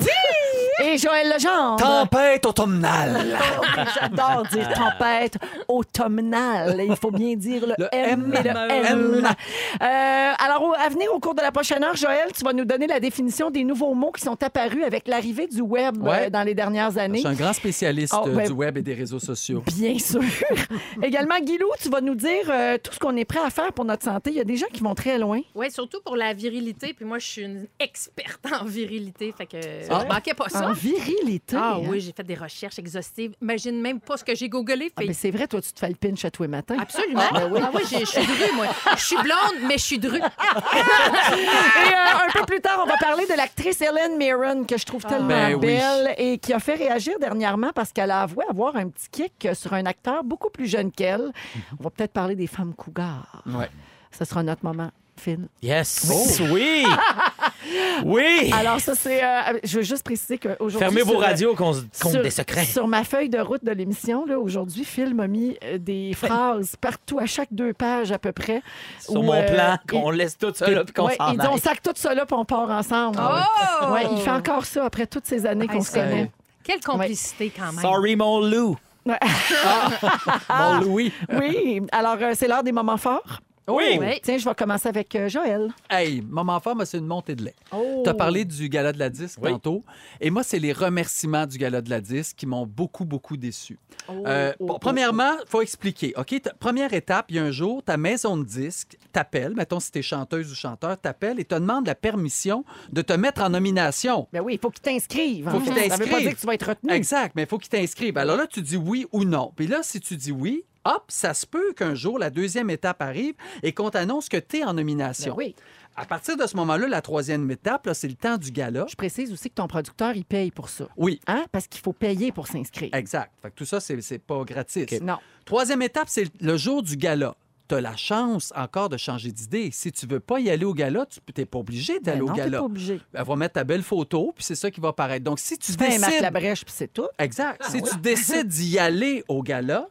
S3: et Joël Legendre.
S2: Tempête automnale.
S3: Ah, J'adore dire tempête automnale. Il faut bien dire le,
S2: Le
S3: M, et le
S2: M.
S3: M. Euh, alors, au- à venir au cours de la prochaine heure, Joël, tu vas nous donner la définition des nouveaux mots qui sont apparus avec l'arrivée du web
S2: Ouais.
S3: euh, dans les dernières
S2: Je
S3: années.
S2: suis un grand spécialiste
S3: Oh,
S2: euh,
S3: ben-
S2: du web et des réseaux sociaux.
S3: Bien sûr. Également, Guilou, tu vas nous dire euh, tout ce qu'on est prêt à faire pour notre santé. Il y a des gens qui vont très loin.
S4: Oui, surtout pour la virilité. Puis moi, je suis une experte en virilité. Fait que
S2: vrai?
S4: je manquais pas ça.
S3: En virilité.
S4: Ah
S3: Ah, hein.
S4: oui, j'ai fait des recherches exhaustives. Imagine même pas ce que j'ai googlé.
S3: Ah,
S4: fait-
S3: ben, c'est vrai, toi, tu te fais le pinch à tous les matins. ben
S4: Absolument. Ah oui, j'ai- je suis drue, moi. Je suis blonde, mais je suis drue.
S3: Et euh, un peu plus tard, on va parler de l'actrice Helen Mirren, que je
S1: Ah.
S3: trouve tellement
S2: Ben oui.
S3: belle et qui a fait réagir dernièrement parce qu'elle a avoué avoir un petit kick sur un acteur beaucoup plus jeune qu'elle. On va peut-être parler des femmes cougars.
S2: Ouais.
S3: Ce sera notre moment. Phil.
S1: Yes. Oui. oui.
S3: Oh. Alors, ça, c'est. euh, je veux juste préciser qu'aujourd'hui.
S1: Fermez vos
S3: sur, euh,
S1: radios qu'on se compte
S3: sur-
S1: des secrets.
S3: Sur ma feuille de route de l'émission, là, aujourd'hui, Phil m'a mis euh, des phrases partout, à chaque deux pages à peu près.
S1: Sur
S3: où,
S1: mon
S3: euh,
S1: plan,
S3: il-
S1: qu'on laisse tout ça là, puis qu'on
S3: Ouais,
S1: s'en
S3: il dit, on
S1: aille. Ah
S3: sac tout ça là, puis on part ensemble.
S4: Oh!
S3: Ouais, il fait encore ça après toutes ces années qu'on se connaît.
S4: Quelle complicité, quand même.
S1: Sorry, mon loup.
S3: Ah.
S2: Mon Louis. Oh.
S3: Oui, alors euh, c'est l'heure des moments forts.
S1: Oui.
S4: Ouais.
S3: Tiens, je vais commencer avec euh, Joël.
S2: Hey, moment fort, moi, c'est une montée de lait.
S3: Oh.
S2: Tu as parlé du gala de la disque
S1: Oui.
S2: tantôt. Et moi, c'est les remerciements du gala de la disque qui m'ont beaucoup, beaucoup déçu. Euh,
S3: oh,
S2: bon,
S3: oh,
S2: premièrement, il faut expliquer. OK, ta- première étape, il y a un jour, ta maison de disque t'appelle, mettons si tu es chanteuse ou chanteur, t'appelle et te demande la permission de te mettre en nomination.
S3: Ben oui, il faut qu'il t'inscrive.
S2: Faut
S3: en
S2: qu'il
S3: fait. Ça veut pas
S2: t'inscrive.
S3: dire que tu vas être retenu.
S2: Exact, mais il faut qu'ils t'inscrivent. Alors là, tu dis oui ou non. Puis là, si tu dis oui, hop, ça se peut qu'un jour, la deuxième étape arrive et qu'on t'annonce que tu es en nomination.
S3: Ben oui,
S2: À partir de ce moment-là, la troisième étape, là, c'est le temps du gala.
S3: je précise aussi que ton producteur, il paye pour ça.
S2: Oui,
S3: Hein? Parce qu'il faut payer pour s'inscrire.
S2: exact. Fait que tout ça, c'est c'est pas gratis.
S3: Non.
S2: Troisième étape, c'est le jour du gala. Tu as la chance encore de changer d'idée. Si tu veux pas y aller au gala, tu n'es pas obligé
S3: Ben
S2: d'aller
S3: non,
S2: au
S3: t'es
S2: gala.
S3: pas obligé.
S2: Elle va mettre ta belle photo, puis c'est ça qui va paraître. Donc, si tu
S3: Ben, Marc
S2: décides...
S3: Labrèche, puis c'est tout. Ah,
S2: Exact. Si tu décides d'y aller au gala,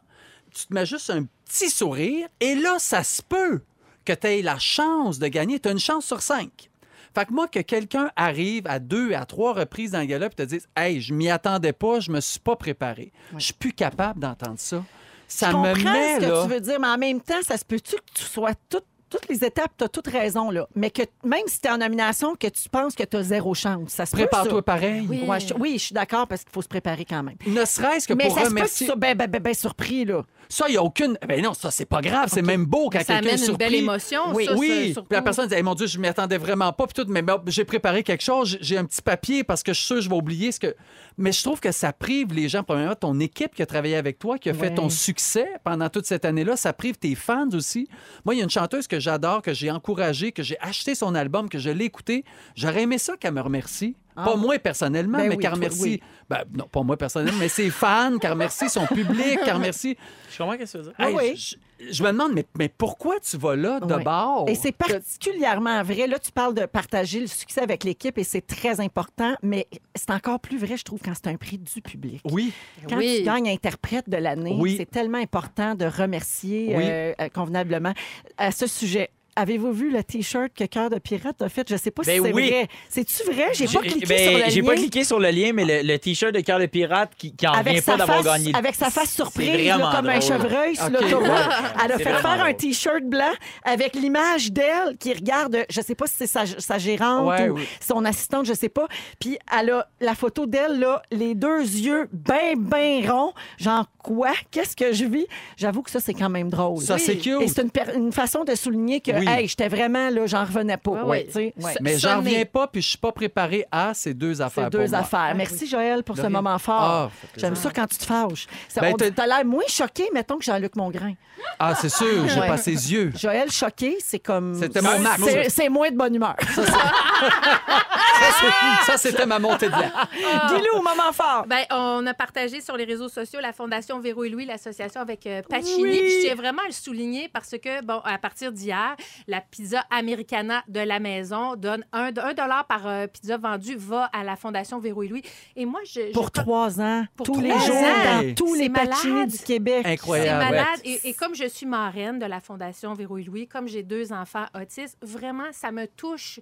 S2: tu te mets juste un petit sourire et là, ça se peut que tu aies la chance de gagner. Tu as une chance sur cinq. Fait que moi, que quelqu'un arrive à deux, à trois reprises dans le gala et te dise Hey, je m'y attendais pas, je me suis pas préparé. Je suis plus capable d'entendre ça. Ça
S3: je
S2: me
S3: comprends
S2: met
S3: ce que
S2: là.
S3: tu veux dire, mais en même temps, ça se peut-tu que tu sois tout- toutes les étapes, tu as toute raison, là. Mais que t- même si tu es en nomination, que tu penses que tu as zéro chance. Ça se peut,
S2: Prépare-toi
S3: ça?
S2: pareil.
S4: Oui.
S3: Ouais, je- oui, je suis d'accord parce qu'il faut se préparer quand même.
S2: Ne serait-ce que
S3: Mais
S2: pour
S3: ça se peut que tu
S2: remercier.
S3: sois ben, ben, ben, ben surpris, là.
S2: Ça, il n'y a aucune. Ben non, ça, c'est pas grave. C'est même beau quand
S4: Ça
S2: quelqu'un est
S4: amène une
S2: surpris.
S4: belle émotion,
S2: Oui,
S4: ça,
S2: oui.
S4: c'est
S2: Puis
S4: surtout-
S2: la personne dit Hey, Mon Dieu, je ne m'y attendais vraiment pas. Puis tout, mais bon, j'ai préparé quelque chose. J'ai un petit papier parce que je suis sûr que je vais oublier ce que. Mais je trouve que ça prive les gens, premièrement, ton équipe qui a travaillé avec toi, qui a fait
S3: Ouais.
S2: ton succès pendant toute cette année-là. Ça prive tes fans aussi. Moi, il y a une chanteuse que j'adore, que j'ai encouragée, que j'ai acheté son album, que je l'ai écouté. J'aurais aimé ça qu'elle me remercie.
S4: Ah.
S2: Pas moi personnellement,
S3: Ben
S2: mais
S3: oui,
S2: qu'elle
S3: toi,
S2: remercie.
S3: oui.
S2: Ben, non, pas moi personnellement, mais ses fans, qu'elle remercie son public, qu'elle remercie.
S1: Je comprends ce que tu veux dire.
S3: Ah
S2: Hey,
S3: oui.
S2: je, je- je me demande, mais, mais pourquoi tu vas là de
S3: Oui.
S2: bord?
S1: Oh,
S3: Et c'est particulièrement vrai. Là, tu parles de partager le succès avec l'équipe et c'est très important, mais c'est encore plus vrai, je trouve, quand c'est un prix du public.
S1: Oh,
S2: Oui,
S3: Quand
S4: Oui.
S3: tu gagnes interprète de l'année,
S2: Oui.
S3: c'est tellement important de remercier
S2: Oui.
S3: euh, euh, convenablement à ce sujet. Avez-vous vu le T-shirt que Cœur de Pirate a fait? Je sais pas si
S1: Ben
S3: c'est
S1: oui.
S3: vrai. C'est-tu vrai? J'ai pas cliqué
S1: ben,
S3: sur le
S1: J'ai
S3: lien.
S1: pas cliqué sur le lien, mais le, le t-shirt de Cœur de Pirate qui, qui en revient
S3: Avec
S1: pas
S3: sa,
S1: d'avoir
S3: face,
S1: gagné.
S3: avec sa face
S1: C'est
S3: surprise, là,
S1: vraiment
S3: comme un
S1: drôle.
S3: chevreuil sur
S2: OK.
S3: l'autoroute. Elle a
S1: C'est
S3: fait
S1: vraiment
S3: faire un
S1: drôle.
S3: T-shirt blanc avec l'image d'elle qui regarde, je sais pas si c'est sa, sa gérante
S2: Ouais,
S3: ou
S2: oui.
S3: son assistante, je sais pas. Puis elle a la photo d'elle, là, les deux yeux ben, ben ronds. Genre, quoi? Qu'est-ce que je vis? J'avoue que ça, c'est quand même drôle.
S2: Ça, c'est cute.
S3: Et c'est une, per- une façon de souligner que,
S2: Oui.
S3: hey, j'étais vraiment, là, j'en revenais pas.
S4: Ouais,
S3: Ouais,
S4: ouais.
S3: tu sais, ouais.
S4: Ça-
S2: mais j'en
S4: sonner.
S2: reviens pas, puis je suis pas préparé à ces deux affaires.
S3: C'est
S2: pour
S3: deux
S2: moi.
S4: Ah
S3: affaires. Merci, Joël, pour
S2: De
S3: ce
S2: rien.
S3: moment
S2: Ah,
S3: fort.
S2: fait plaisir.
S3: J'aime ça quand tu te fâches. Ça,
S2: Ben,
S3: on
S2: t'as-
S3: dit, T'as l'air moins choqué, mettons, que Jean-Luc Mongrain.
S2: Ah, c'est sûr, j'ai
S3: Ouais.
S2: pas ses yeux.
S3: Joël choqué, c'est comme...
S2: C'était mon max.
S3: C'est- C'est moins de bonne humeur. Ah!
S2: Ça, c'est- Ça, c'était ma montée de l'air.
S3: Guilou, moment fort.
S4: Ben, on a partagé sur les réseaux sociaux la Fondation Véro et Louis, l'association avec euh, Pacini.
S3: Oui.
S4: Puis je tiens vraiment à le souligner parce que, bon, à partir d'hier, la pizza Americana de la maison donne un, un dollar par euh, pizza vendue va à la Fondation Véro et Louis. Et moi, je. je-
S3: Pour trois ans,
S4: Pour
S3: tous les
S4: trois
S3: jours,
S2: ans.
S3: dans tous
S4: C'est
S3: les patinés
S4: malade.
S3: du Québec.
S4: C'est
S2: Incroyable.
S4: malade. Et, et comme je suis marraine de la Fondation Véro et Louis, comme j'ai deux enfants autistes, vraiment, ça me touche.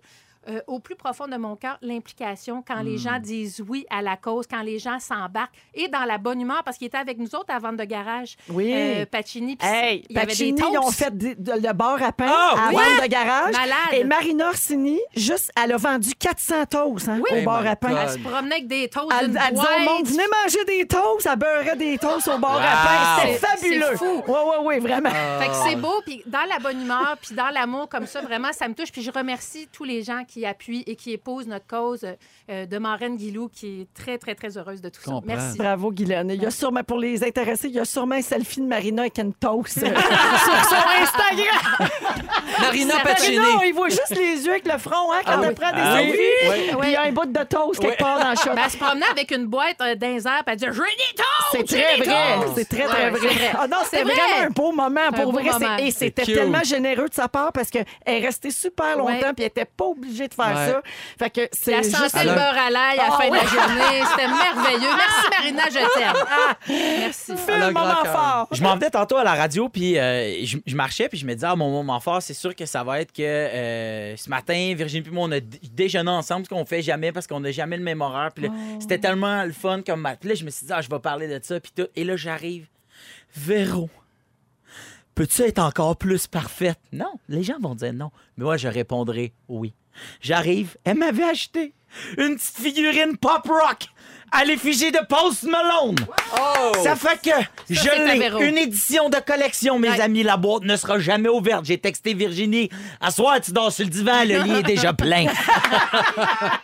S4: euh, au plus profond de mon cœur, l'implication, quand les
S3: Hmm.
S4: gens disent oui à la cause, quand les gens s'embarquent et dans la bonne humeur, parce qu'ils étaient avec nous autres à la vente de garage,
S3: Oui.
S4: euh, Pacini. puis
S3: Hey,
S4: il y avait des
S3: Pacini, ils ont
S4: toasts.
S3: fait des- de- le bar à pain
S1: Ah,
S3: à
S1: what?
S3: vente de garage.
S4: Malade.
S3: Et Marina Orsini, juste, elle a vendu 400 toasts hein,
S2: Oui.
S3: au bar à pain.
S2: Oh my
S4: Elle se promenait avec des toasts
S3: Elle,
S4: d'une
S3: elle disait au monde,
S4: boîte.
S3: venez manger des toasts, elle beurrait des toasts au bord à pain. C'était
S4: C'est-
S3: fabuleux.
S4: c'est fou.
S3: Oui, oui, oui, vraiment.
S4: Fait que
S3: Ah.
S4: c'est
S2: Ah.
S4: beau, puis dans la bonne humeur, puis dans l'amour comme ça, vraiment, ça me touche. Puis je remercie tous les gens qui appuient et qui épousent notre cause euh, de Marraine Guilou, qui est très, très, très heureuse de tout ça.
S2: Comprends.
S4: Merci.
S3: Bravo, Guylaine. Il y a sûrement, pour les intéressés, il y a sûrement un selfie de Marina avec une toast. sur son Instagram.
S2: Marina Pacini.
S3: Non, il voit juste les yeux avec le front hein, quand
S2: Ah
S3: on
S2: oui.
S3: prend des
S2: Ah oui.
S3: selfies.
S2: Ouais.
S3: Puis il y a un bout de toast quelque part dans le shop.
S4: Ben, elle se promenait avec une boîte euh, dans les airs, puis elle disait Je veux des toasts!
S3: C'est
S4: j'ai
S3: très
S4: des
S3: vrai.
S4: toasts!
S3: C'est très,
S4: Ouais,
S3: très
S4: c'est
S3: vrai.
S4: vrai.
S3: Ah non, c'était
S4: C'est vrai.
S3: vraiment un beau moment. Pour
S4: beau
S3: vrai, c'est-
S4: moment.
S3: et c'était
S2: C'est cute.
S3: tellement généreux de sa part parce qu'elle est restée super longtemps
S4: Ouais.
S3: puis elle n'était pas obligée de faire
S2: Ouais.
S3: ça. Fait que
S4: Puis
S3: c'est
S4: Elle
S3: juste...
S4: sentait le
S2: Alors-
S4: beurre à l'ail à la
S3: Ah
S4: fin de la
S3: oui.
S4: journée. C'était merveilleux. Merci, Marina, je
S3: Ah.
S4: t'aime. Merci.
S3: Fais
S2: Alors,
S3: le
S2: grand
S3: moment
S2: cœur.
S3: fort.
S1: Je m'en venais tantôt à la radio, puis euh, je, je marchais, puis je me disais, ah, mon moment fort, c'est sûr que ça va être que euh, ce matin, Virginie puis moi, on a dé- déjeuné ensemble, ce qu'on fait jamais parce qu'on n'a jamais le même horaire. Puis là,
S3: Oh.
S1: c'était tellement le fun comme mat. Puis là, je me suis dit, ah, je vais parler de ça, puis tout. Et là, j'arrive. Véro, peux-tu être encore plus parfaite? Non, les gens vont dire non. Mais moi, je répondrai oui. J'arrive, elle m'avait acheté une petite figurine pop rock à l'effigie de Post Malone. Oh! Ça fait que
S4: c'est ta Véro.
S1: je l'ai. Une édition de collection, mes
S4: Ouais.
S1: amis. La boîte ne sera jamais ouverte. J'ai texté Virginie. À soir, tu dors sur le divan, le lit est déjà plein.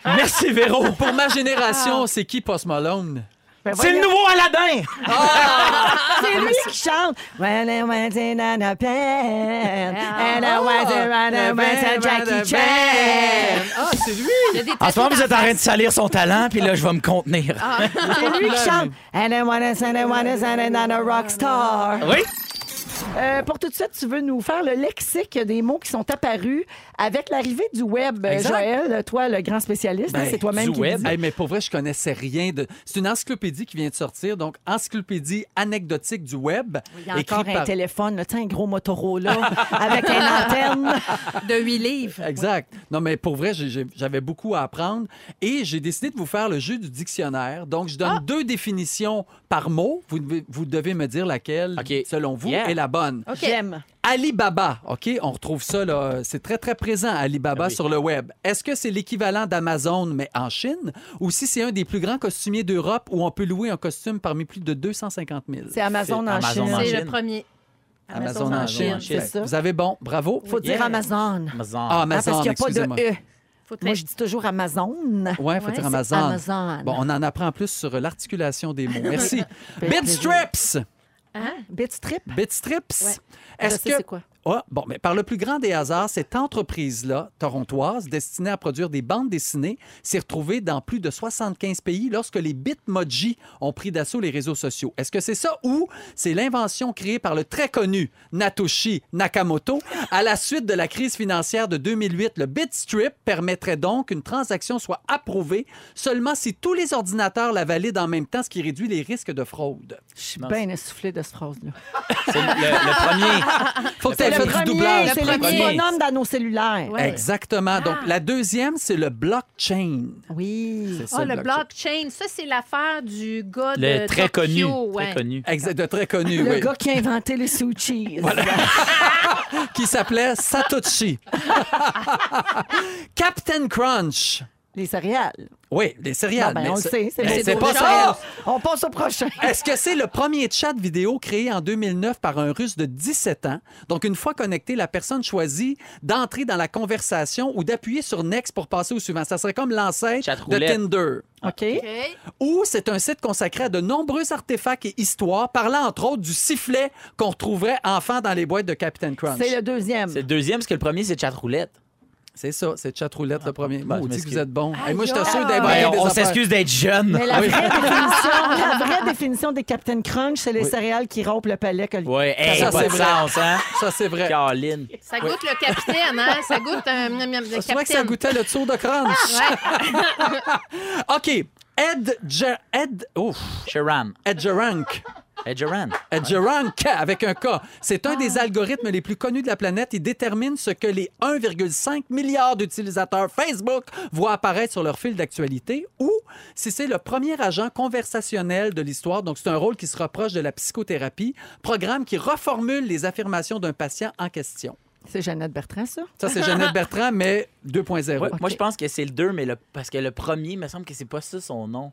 S1: Merci, Véro.
S2: Pour ma
S3: Ah.
S2: génération, c'est qui Post Malone?
S3: Ben,
S1: C'est le
S3: voyons.
S1: nouveau Aladdin.
S3: C'est lui qui chante. When I was in a pen, and
S2: Ah! Oh,
S3: I was around a man, Jackie Chan.
S2: Ah, c'est lui!
S4: Il y a des
S1: En ce moment,
S4: tatous
S1: vous êtes en
S4: dans la
S1: train de salir son talent, puis là, je vais me contenir.
S3: C'est lui qui chante. And I was, and I was, and I was a rock star.
S1: Oui?
S3: Euh, pour tout de suite, tu veux nous faire le lexique des mots qui sont apparus avec l'arrivée du web. Euh,
S2: Exact.
S3: Joël, toi, le grand spécialiste,
S2: Ben,
S3: hein, c'est toi-même
S1: du
S3: qui
S1: web.
S3: le dis.
S2: Hey, mais pour vrai, je connaissais rien de. C'est une encyclopédie qui vient de sortir, donc encyclopédie anecdotique du web.
S3: Il y a encore
S2: écrite
S3: un
S2: par-
S3: téléphone, là, tu sais, un gros Motorola avec une antenne.
S4: De 8 livres.
S2: Exact. Non, mais pour vrai, j'ai- j'ai- j'avais beaucoup à apprendre et j'ai décidé de vous faire le jeu du dictionnaire. Donc, je donne deux définitions par mot. Vous devez, vous devez me dire laquelle,
S1: OK.
S2: selon vous,
S1: Yeah.
S2: est la bonne.
S4: OK.
S3: J'aime.
S2: Alibaba, OK, on retrouve ça, là, c'est très, très présent, Alibaba,
S1: Ah oui.
S2: sur le web. Est-ce que c'est l'équivalent d'Amazon, mais en Chine, ou si c'est un des plus grands costumiers d'Europe où on peut louer un costume parmi plus de 250 000?
S3: C'est Amazon
S1: C'est
S3: en
S1: Amazon
S3: Chine.
S1: en
S4: C'est
S1: Chine.
S4: le premier.
S2: Amazon, en
S1: Amazon en
S2: Chine.
S1: Chine.
S2: Fait-
S3: C'est ça.
S2: Vous avez bon, bravo.
S3: Faut dire
S1: Yeah.
S3: Amazon.
S1: Amazon.
S2: Ah,
S3: Ah,
S2: Amazon,
S3: parce qu'il n'y a pas
S2: excusez-moi.
S3: de E.
S4: Faut te-
S3: Moi, je dis toujours Amazon.
S2: Ouais, faut
S4: Ouais,
S2: dire
S4: c'est
S2: Amazon.
S3: Amazon.
S2: Bon, on en apprend plus sur l'articulation des mots. Merci.
S3: plaisir.
S2: Bitstrips!
S4: Hein?
S3: Bitstrip.
S2: Bitstrips!
S3: Ouais. Je
S2: Est-ce
S3: sais
S2: que
S3: c'est quoi?
S2: Ah, bon, mais par le plus grand des hasards, cette entreprise-là, torontoise, destinée à produire des bandes dessinées, s'est retrouvée dans plus de 75 pays lorsque les Bitmoji ont pris d'assaut les réseaux sociaux. Est-ce que c'est ça ou c'est l'invention créée par le très connu Natoshi Nakamoto à la suite de la crise financière de 2008? Le Bitstrip permettrait donc qu'une transaction soit approuvée seulement si tous les ordinateurs la valident en même temps, ce qui réduit les risques de fraude.
S1: Je suis
S3: Ben essoufflé de cette phrase-là.
S1: C'est le, le premier.
S2: Faut que
S1: C'est
S2: t'aies
S1: le
S2: fait du doublage.
S3: c'est le petit
S1: premier.
S3: bonhomme dans nos cellulaires.
S4: Ouais.
S2: Exactement. Donc,
S3: Ah!
S2: la deuxième, c'est le blockchain.
S3: Oui.
S2: C'est ça,
S4: Ah, le blockchain. Ça, c'est l'affaire du gars de
S1: Le très
S4: Tokyo,
S1: connu.
S4: ouais.
S1: Très connu.
S2: Exact, de très connu,
S3: Le
S2: oui.
S3: gars qui a inventé les sushis.
S2: Qui s'appelait Satoshi. Captain Crunch.
S3: Les céréales.
S2: Oui, les céréales.
S3: Bon, ben,
S2: mais
S3: on le
S2: c'est-
S3: sait, c'est
S2: mais
S3: les
S2: c'est pas
S4: céréales.
S2: ça!
S3: On passe au prochain.
S2: Est-ce que c'est le premier chat vidéo créé en 2009 par un Russe de 17 ans? Donc, une fois connecté, la personne choisit d'entrer dans la conversation ou d'appuyer sur Next pour passer au suivant. Ça serait comme
S1: Chat
S2: l'ancêtre de
S1: roulette.
S2: Tinder.
S3: OK.
S4: OK.
S2: Ou c'est un site consacré à de nombreux artefacts et histoires, parlant entre autres du sifflet qu'on retrouverait enfant dans les boîtes de Captain Crunch.
S3: C'est le deuxième.
S1: C'est le deuxième, parce que le premier, c'est chat roulette.
S2: C'est ça, c'est Chatroulette le premier.
S1: ben,
S2: Maudit
S1: je
S2: que
S1: m'excuse.
S2: vous êtes bon.
S4: Aïe,
S2: moi, je
S4: aïe.
S2: t'assure d'être
S4: Ben,
S2: bien
S1: Ben,
S2: des
S1: on on
S2: affaires.
S1: s'excuse d'être jeune.
S3: Mais la
S2: Ah Oui.
S3: vraie, définition, la vraie définition des Captain Crunch, c'est les
S2: Oui.
S3: céréales qui rompent le palais. que-
S1: Ouais, hey,
S2: Ça,
S1: pas
S2: c'est
S1: de
S2: vrai.
S1: sens, hein?
S2: Ça, c'est vrai.
S1: Caroline.
S4: Ça goûte le capitaine, hein? Ça goûte euh, miam, miam, le
S2: C'est vrai que ça
S4: capitaine.
S2: goûtait le tour de crunch. OK. Ed... Ger- Ed... Ouf.
S1: Sharon.
S2: Ed Gerank.
S1: Ed Sheeran.
S2: Ed Gerank, avec un Euh, K. C'est un des algorithmes les plus connus de la planète. Il détermine ce que les 1,5 milliard d'utilisateurs Facebook voient apparaître sur leur fil d'actualité ou si c'est le premier agent conversationnel de l'histoire. Donc, c'est un rôle qui se rapproche de la psychothérapie, programme qui reformule les affirmations d'un patient en question.
S3: C'est Jeannette Bertrand, ça?
S2: Ça, c'est Jeannette Bertrand, mais 2.0.
S1: Ouais, Moi, je pense que c'est le 2, mais le... parce que le premier, il me semble que c'est pas ça son nom.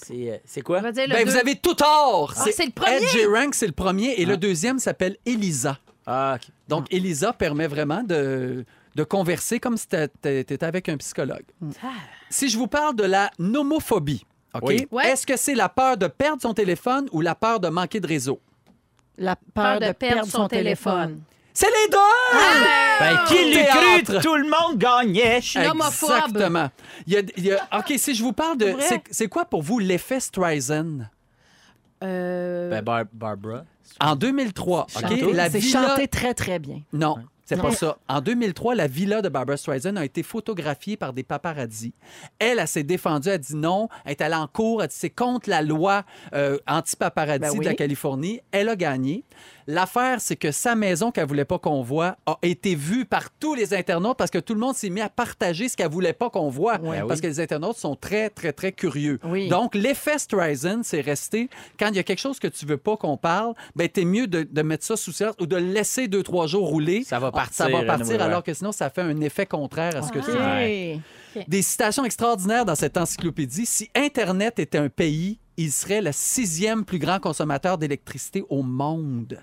S1: C'est euh, c'est quoi?
S4: On va dire le
S2: Ben,
S4: deux.
S2: vous avez tout tort!
S4: Ah, c'est le premier! Ah.
S2: Ed Gerank, c'est le premier, et le deuxième s'appelle Elisa.
S1: Ah, ok.
S2: Donc, Elisa permet vraiment de, de converser comme si tu étais avec un psychologue.
S1: Mm.
S2: Si je vous parle de la nomophobie, OK?
S1: Oui.
S4: Ouais.
S2: Est-ce que c'est la peur de perdre son téléphone ou la peur de manquer de réseau?
S3: La
S4: Peur de perdre son téléphone.
S2: C'est les deux!
S1: Ben, qui l'eût
S2: Théâtre.
S1: cru? Tout le monde gagnait.
S4: suis homophobe.
S2: Ah! Exactement. Il y a- il y a- OK, si je vous parle de...
S4: Vrai.
S2: c'est- C'est quoi pour vous l'effet Streisand?
S4: Euh,
S1: Ben, Bar- Barbara.
S2: En 2003, OK?
S3: Chanter,
S2: la
S3: c'est
S2: villa-
S3: chanter très, très bien.
S2: Non, c'est
S3: Non.
S2: pas ça. En 2003, la villa de Barbara Streisand a été photographiée par des paparazzis. Elle, elle s'est défendue, elle a dit non, elle est allée en cours, elle a dit c'est contre la loi euh, anti-paparazzi
S3: Ben oui.
S2: de la Californie. Elle a gagné. L'affaire, c'est que sa maison qu'elle voulait pas qu'on voit a été vue par tous les internautes parce que tout le monde s'est mis à partager ce qu'elle voulait pas qu'on voit
S1: Ouais.
S2: parce que les internautes sont très, très, très curieux.
S3: Oui.
S2: Donc, l'effet Streisand, c'est resté quand il y a quelque chose que tu veux pas qu'on parle, ben, t'es mieux de, de mettre ça sous silence ou de le laisser deux, trois jours rouler. Ah,
S1: Ça va partir,
S2: Ça va
S1: anyway,
S2: partir,
S1: ouais.
S2: alors que sinon, ça fait un effet contraire à ce que tu
S3: OK.
S2: veux. Des citations extraordinaires dans cette encyclopédie. Si Internet était un pays, il serait le sixième plus grand consommateur d'électricité au monde.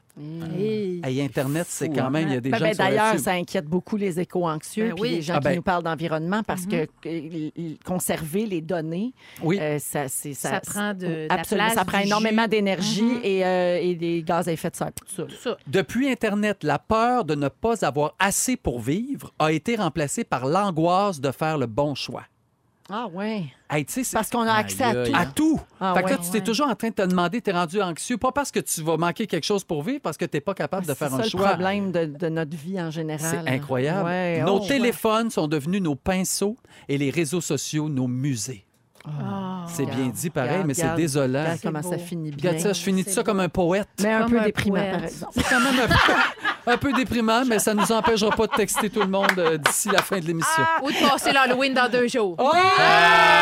S4: hey.
S2: Et Internet, c'est
S1: fou,
S2: quand
S1: hein?
S2: même, il y a des
S3: Ben,
S2: gens
S3: ben,
S2: qui sont
S3: D'ailleurs,
S2: là-dessus.
S3: ça inquiète beaucoup les éco-anxieux
S4: Ben
S3: puis
S4: oui. Mhm.
S3: les gens
S2: Ah ben.
S3: qui nous parlent d'environnement parce que euh, l- conserver les données,
S2: Oui.
S3: euh, ça, c'est- ça,
S4: Ça prend de- de la
S3: absolument,
S4: place,
S3: ça prend
S4: du
S3: énormément
S4: jus. Mhm.
S3: d'énergie et, euh, et des gaz à effet de serre. puis Tout ça, là.
S4: Ça.
S2: Depuis Internet, la peur de ne pas avoir assez pour vivre a été remplacée par l'angoisse de faire le bon choix.
S3: Ah oui.
S2: Hey, tu sais, c'est-
S3: Parce qu'on a accès à
S1: Aïe, aïe.
S3: tout.
S2: à tout.
S3: Ah
S2: fait que là,
S3: ouais,
S2: tu
S3: ouais.
S2: t'es toujours en train de te demander, t'es rendu anxieux, pas parce que tu vas manquer quelque chose pour vivre, parce que t'es pas capable de
S3: Ah, C'est
S2: faire
S3: ça
S2: un
S3: le
S2: choix.
S3: problème de, de notre vie en
S2: C'est
S3: général. hein.
S2: incroyable.
S3: Ouais,
S2: nos
S3: oh,
S2: téléphones sont devenus nos pinceaux et les réseaux sociaux nos musées.
S4: Ah.
S2: c'est bien
S3: Oh, regarde,
S2: dit pareil,
S3: regarde,
S2: mais c'est
S3: regarde,
S2: désolant.
S3: Regarde
S4: C'est
S3: comment ça
S4: beau.
S3: finit bien.
S2: Regarde ça, je finis
S4: C'est
S2: ça
S4: beau.
S2: comme un poète.
S3: Mais un
S4: Comme
S3: peu
S4: un
S3: déprimant,
S4: poète.
S3: par exemple.
S2: C'est quand même un peu, un peu déprimant, mais ça ne nous empêchera pas de texter tout le monde euh, d'ici la fin de l'émission.
S4: Ou de passer l'Halloween dans deux jours.
S3: Ah,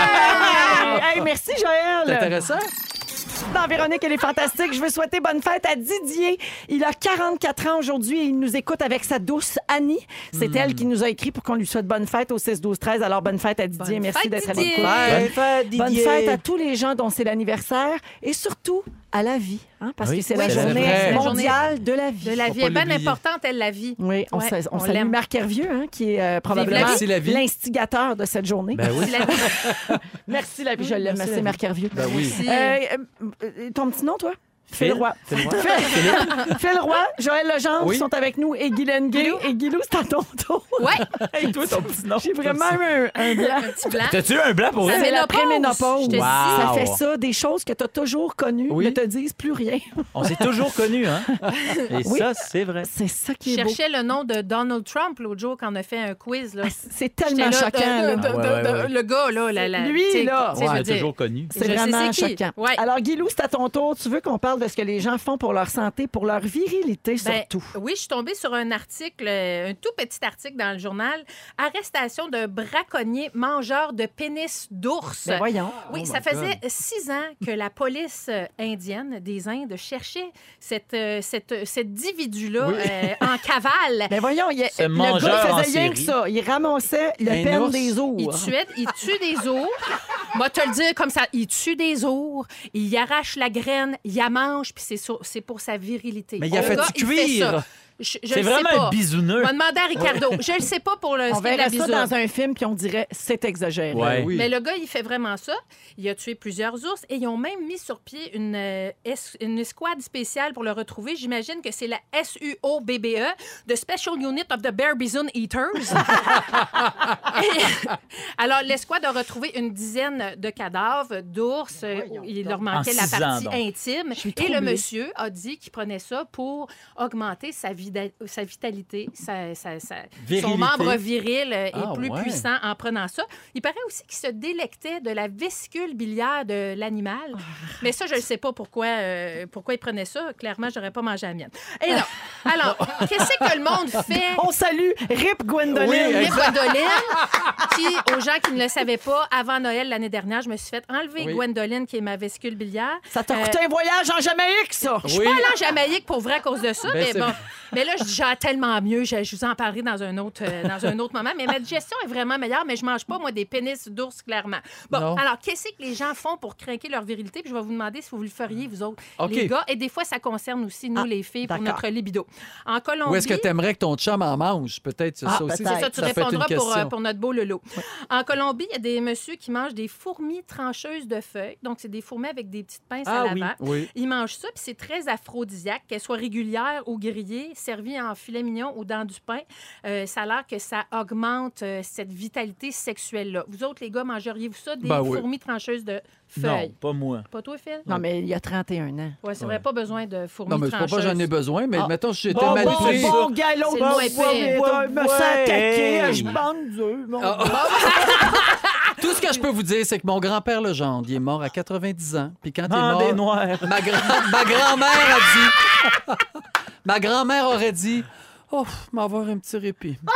S3: Hey, merci, Joël.
S2: C'est intéressant.
S3: Dans Véronique, elle est fantastique. Je veux souhaiter bonne fête à Didier. Il a 44 ans aujourd'hui et il nous écoute avec sa douce Annie. C'est elle qui nous a écrit pour qu'on lui souhaite bonne fête au 6-12-13. Alors, bonne fête à Didier.
S4: Bonne
S3: Merci
S4: fête,
S3: d'être à
S4: Didier.
S3: l'écoute.
S1: Bonne fête,
S3: Bonne fête à tous les gens dont c'est l'anniversaire et surtout à la vie, hein, parce
S1: Oui,
S3: que c'est
S1: oui,
S3: la
S1: c'est
S3: journée
S1: vrai.
S4: La journée
S3: mondiale de la vie.
S4: De la vie
S2: pas
S4: est bien
S2: l'oublier.
S4: importante, elle, la vie.
S3: Oui, on,
S4: Ouais,
S3: sa- on
S4: on
S3: salue
S4: l'aime.
S3: Marc Hervieux, hein, qui est euh, probablement
S2: Merci la vie.
S3: l'instigateur de cette journée.
S1: Ben oui.
S4: C'est la vie.
S3: merci la vie, je l'aime,
S2: merci
S3: merci
S2: la vie.
S3: Marc Hervieux.
S2: Ben oui.
S4: Merci.
S3: Euh, euh, euh, ton petit nom, toi? Phil
S1: Phil.
S3: Roy.
S1: Phil Roy.
S3: Phil, Phil Roy, Joël Legendre
S2: Oui.
S3: sont avec nous et Guylaine Gay. Et Guilou, c'est à ton tour.
S4: Ouais,
S1: Hey, toi, ton petit nom.
S3: J'ai vraiment eu un, un blanc.
S4: un petit blanc.
S1: T'as-tu un blanc pour
S4: Ça
S1: vrai?
S4: fait
S3: C'est la
S4: Ménopause,
S3: préménopause.
S4: je te dis.
S3: Ça
S1: Wow.
S3: fait ça, des choses que tu as toujours connues
S2: Oui.
S3: ne te disent plus rien.
S1: On s'est toujours connus, hein? Et
S3: Oui.
S1: ça, c'est vrai.
S3: C'est ça
S4: Je
S3: qui est beau.
S4: cherchais le nom de Donald Trump l'autre jour quand on a fait un quiz. Là.
S3: C'est
S4: J'étais
S3: tellement
S4: là,
S3: choquant.
S4: de-
S3: là.
S4: de- de-
S1: Ouais, ouais,
S4: de-
S1: ouais.
S4: Le gars, là. la- la-
S3: Lui,
S4: tu sais,
S3: là.
S1: On
S4: tu sais, je
S1: s'est
S4: veux dire.
S1: toujours connus.
S3: C'est
S4: Je sais
S3: vraiment
S4: c'est Ah. qui.
S3: choquant.
S4: Ouais.
S3: Alors, Guilou, c'est à ton tour. Tu veux qu'on parle de ce que les gens font pour leur santé, pour leur virilité
S4: Ben,
S3: surtout.
S4: Oui, je suis tombée sur un article, euh, un tout petit article dans le journal. Arrestation d'un braconnier mangeur de pénis d'ours.
S3: Ben, voyons.
S4: Oui,
S2: Oh
S4: ça
S2: my God.
S4: faisait six ans que la police euh, indienne des Indes cherchait cette, euh, cette, euh, cet individu-là
S2: Oui.
S4: euh, en cavale.
S3: Ben voyons, il,
S1: Ce
S3: le
S1: mangeur
S3: gars
S1: en
S3: faisait
S1: série.
S3: rien que ça. Il ramassait le
S2: Un
S3: penne
S2: ours.
S3: des
S4: Il
S3: ours.
S4: tue, il tue des ours. Moi, te le dire comme ça, il tue des ours, il y arrache la graine, il la mange, puis c'est sur- c'est pour sa virilité.
S2: Mais il a
S4: Le
S2: fait
S4: gars,
S2: du
S4: il
S2: cuir.
S4: ça. Je, je
S1: C'est
S4: le sais
S1: vraiment
S4: pas.
S1: un bisouneux.
S4: On va demander à Ricardo. Je le sais pas pour le
S3: On
S4: ce qui est de la
S3: verrait ça
S4: bisoune.
S3: dans un film, puis on dirait c'est exagéré.
S1: Ouais.
S2: Ben Oui.
S4: Mais le gars, il fait vraiment ça. Il a tué plusieurs ours et ils ont même mis sur pied une, euh, es- une escouade spéciale pour le retrouver. J'imagine que c'est la SUOBBE, E, The Special Unit of the Bear Bison Eaters. Et- alors, l'escouade a retrouvé une dizaine de cadavres d'ours. euh, Il leur manquait
S1: En
S4: la
S1: six ans,
S4: partie
S1: donc.
S4: intime.
S3: suis
S4: Et le
S3: troublée.
S4: monsieur a dit qu'il prenait ça pour augmenter sa, vida- sa vitalité, sa- sa- sa-
S2: Virilité.
S4: son membre viril euh, est
S2: Ah,
S4: plus
S2: ouais.
S4: puissant en prenant ça. Il paraît aussi qu'il se délectait de la vésicule biliaire de
S2: Ah.
S4: l'animal. Mais ça, je ne sais pas pourquoi, euh, pourquoi il prenait ça. Clairement, j'aurais pas mangé la mienne. Et non. Alors, qu'est-ce que le monde fait?
S3: On salue Rip Gwendoline.
S2: Oui,
S4: Rip Gwendoline, qui, aux gens qui ne le savaient pas, avant Noël l'année dernière, je me suis fait enlever
S2: Oui.
S4: Gwendoline, qui est ma vésicule biliaire.
S3: Ça t'a
S4: Euh,
S3: coûté un voyage en Jamaïque, ça.
S4: je suis
S2: Oui.
S4: pas allée en Jamaïque pour vrai à cause de ça,
S2: Ben, c'est
S4: mais bon.
S2: vrai.
S4: Mais là, je digère tellement mieux. Je, je vous en parlerai dans un autre, euh, dans un autre moment. Mais ma digestion est vraiment meilleure, mais je mange pas, moi, des pénis d'ours, clairement. Bon,
S2: Non.
S4: alors, qu'est-ce que les gens font pour craquer leur virilité? Puis je vais vous demander si vous le feriez, vous autres,
S2: OK.
S4: les gars. Et des fois, ça concerne aussi, nous,
S3: Ah,
S4: les filles, pour
S3: d'accord.
S4: notre libido. En Colombie...
S2: Ou est-ce que tu aimerais que ton chum en mange? Peut-être c'est
S3: Ah,
S2: ça aussi.
S3: peut-être.
S4: C'est ça, tu
S2: peut être
S4: répondras
S2: une
S4: pour, euh,
S2: question.
S4: pour notre beau Lolo. En Colombie, il y a des messieurs qui mangent des fourmis trancheuses de feuilles. Donc, c'est des fourmis avec des petites pinces
S2: Ah
S4: à l'avant.
S2: oui, oui.
S4: Ils mangent ça, puis c'est très aphrodisiaque, qu'elle soit régulière ou grillée, servie en filet mignon ou dans du pain. Euh, ça a l'air que ça augmente euh, cette vitalité sexuelle-là. Vous autres, les gars, mangeriez-vous ça, des
S2: Ben oui.
S4: fourmis trancheuses de
S1: Non,
S4: feuilles?
S1: pas moi.
S4: Pas toi, Phil?
S3: Non, mais il y a 31 ans.
S4: Ouais, c'est vrai, pas besoin de fourmis
S2: Non, mais c'est pas que
S4: trancheuses.
S2: j'en ai besoin, mais
S3: Ah.
S2: mettons, si j'étais
S3: Bon,
S2: mal
S3: bon,
S2: pris.
S3: bon, galop,
S4: C'est le
S3: bon,
S4: moins pire.
S3: bon, me sens
S1: Ouais.
S3: attaqué, je bande Dieu, mon
S2: Ah, ah. Tout ce que je peux vous dire, c'est que mon grand-père Legendre, il est mort à 90 ans. Puis quand il
S1: Ah,
S2: est
S1: des
S2: mort,
S1: noirs.
S2: ma, grand- ma grand-mère a dit... ma grand-mère aurait dit... Oh, m'avoir un petit répit.
S4: Ah,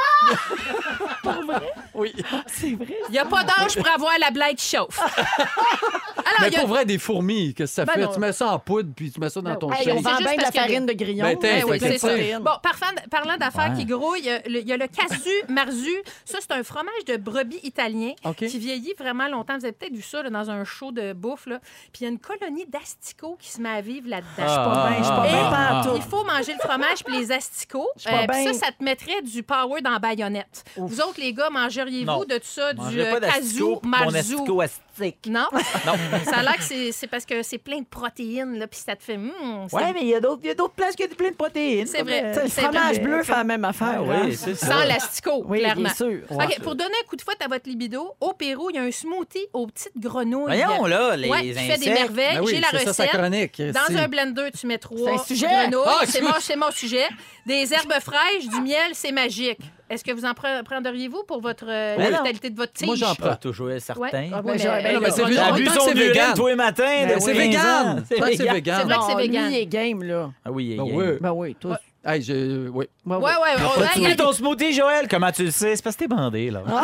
S2: Oui.
S3: C'est vrai.
S4: Il n'y a pas d'âge pour avoir la blague qui chauffe. Alors,
S2: Mais
S4: il y a...
S2: pour vrai, des fourmis, qu'est-ce que ça
S4: Ben
S2: fait?
S4: non. Ben
S2: Tu mets ça en poudre, puis tu mets ça dans ton
S3: Hey,
S2: chien.
S3: on
S4: C'est
S3: vend
S4: juste
S3: bien de la
S4: parce que-
S3: farine de grillon.
S2: Ben, t'es-
S3: Ouais,
S4: Ouais,
S2: fait
S4: oui,
S2: que
S4: c'est ça.
S2: c'est-
S4: Bon, parfum- parlant d'affaires
S2: Ouais.
S4: qui grouillent, il y a le- il y a le casu marzu. Ça, c'est un fromage de brebis italien
S2: OK.
S4: qui vieillit vraiment longtemps. Vous avez peut-être vu ça là, dans un show de bouffe. là. Puis il y a une colonie d'asticots qui se met à vivre là-dedans.
S3: ben, je suis pas
S4: ah,
S3: bien
S4: ah,
S3: pantoute.
S4: Il faut manger le fromage puis les asticots.
S3: suis pas
S4: Euh, puis
S3: bien.
S4: ça, ça te mettrait du power dans la baïonnette. Vous autres, les gars,
S1: Non.
S4: mangeriez-vous de ça,
S1: Je
S4: du
S1: mangerais
S4: euh,
S1: pas
S4: casu
S1: d'asticot, puis mon
S4: marzu?
S1: asticot
S3: élastique.
S4: Non,
S1: Non.
S4: ça a l'air que c'est c'est parce que c'est plein de protéines, là, puis ça te fait. hum, ça-
S3: Ouais, mais il y a d'autres il y a d'autres places qui ont plein de protéines.
S4: C'est
S3: comme,
S4: vrai,
S3: euh, tu sais, Le
S4: c'est vrai.
S3: fromage bleu fait la même affaire. hein.
S1: Ah oui, c'est
S4: Sans
S1: ça.
S4: l'astico,
S3: Oui,
S4: clairement.
S3: bien sûr.
S4: OK, pour donner un coup de fouet à votre libido, au Pérou, il y a un smoothie aux petites grenouilles.
S1: Voyons, là, les
S4: Ouais, qui
S1: insectes.
S4: fait des merveilles.
S2: Ben oui,
S4: J'ai la
S2: c'est ça,
S4: recette.
S2: sa chronique.
S4: Dans
S2: C'est-
S4: un blender, tu mets trois
S3: C'est un sujet.
S4: grenouilles.
S2: Ah,
S4: c'est,
S2: excuse.
S4: mon, c'est mon sujet. Des herbes fraîches, du miel, c'est magique. Est-ce que vous en pre- prendriez-vous pour votre euh,
S1: Ben non.
S4: la vitalité de votre tige?
S2: Moi, j'en prends.
S1: Pas Ah, toujours certain.
S4: Ouais. Ah,
S3: Ouais,
S4: mais-
S3: j'aurais-
S4: Ben
S3: non,
S4: là,
S3: mais c'est
S4: on-
S2: vrai,
S4: on-
S2: tant
S1: J'abuse
S2: que
S1: son
S2: c'est
S1: urine
S2: vegan.
S1: tous les matins.
S3: Ben
S1: de
S2: C'est
S1: 15
S2: vegan.
S1: ans.
S2: Tant que hein, C'est
S1: vegan.
S4: C'est
S2: vegan.
S4: vrai que c'est
S3: Non,
S4: vegan.
S3: Lui, il est game, là.
S1: Ah oui,
S2: Ben
S1: il y a-
S2: oui.
S3: Ben oui, toi.
S2: Hey, je- oui.
S3: ben oui.
S4: Ouais, ouais, Euh, on-
S1: T'as
S4: il y a-
S1: tué ton smoothie, Joël? Comment tu le sais? C'est parce que t'es bandé, là.
S4: Ah,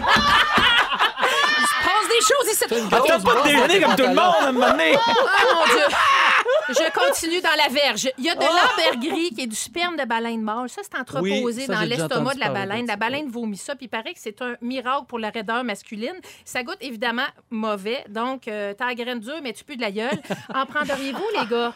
S1: Ah,
S4: il se passe des choses ici.
S1: Ah, t'as pas de déjeuner comme tout le monde à un moment donné.
S4: Oh mon Dieu! Je continue dans la verge. Il y a de l'ambergris qui est du sperme de baleine mâle. Ça, c'est entreposé
S2: Ah. Oui, ça,
S4: dans
S2: j'ai déjà
S4: l'estomac
S2: entendu
S4: de la
S2: parler de
S4: baleine.
S2: ça.
S4: La baleine vomit ça, puis il paraît que c'est un miracle pour la raideur masculine. Ça goûte évidemment mauvais. Donc, euh, t'as la graine dure, mais tu pues de la gueule. En prendriez-vous, les gars?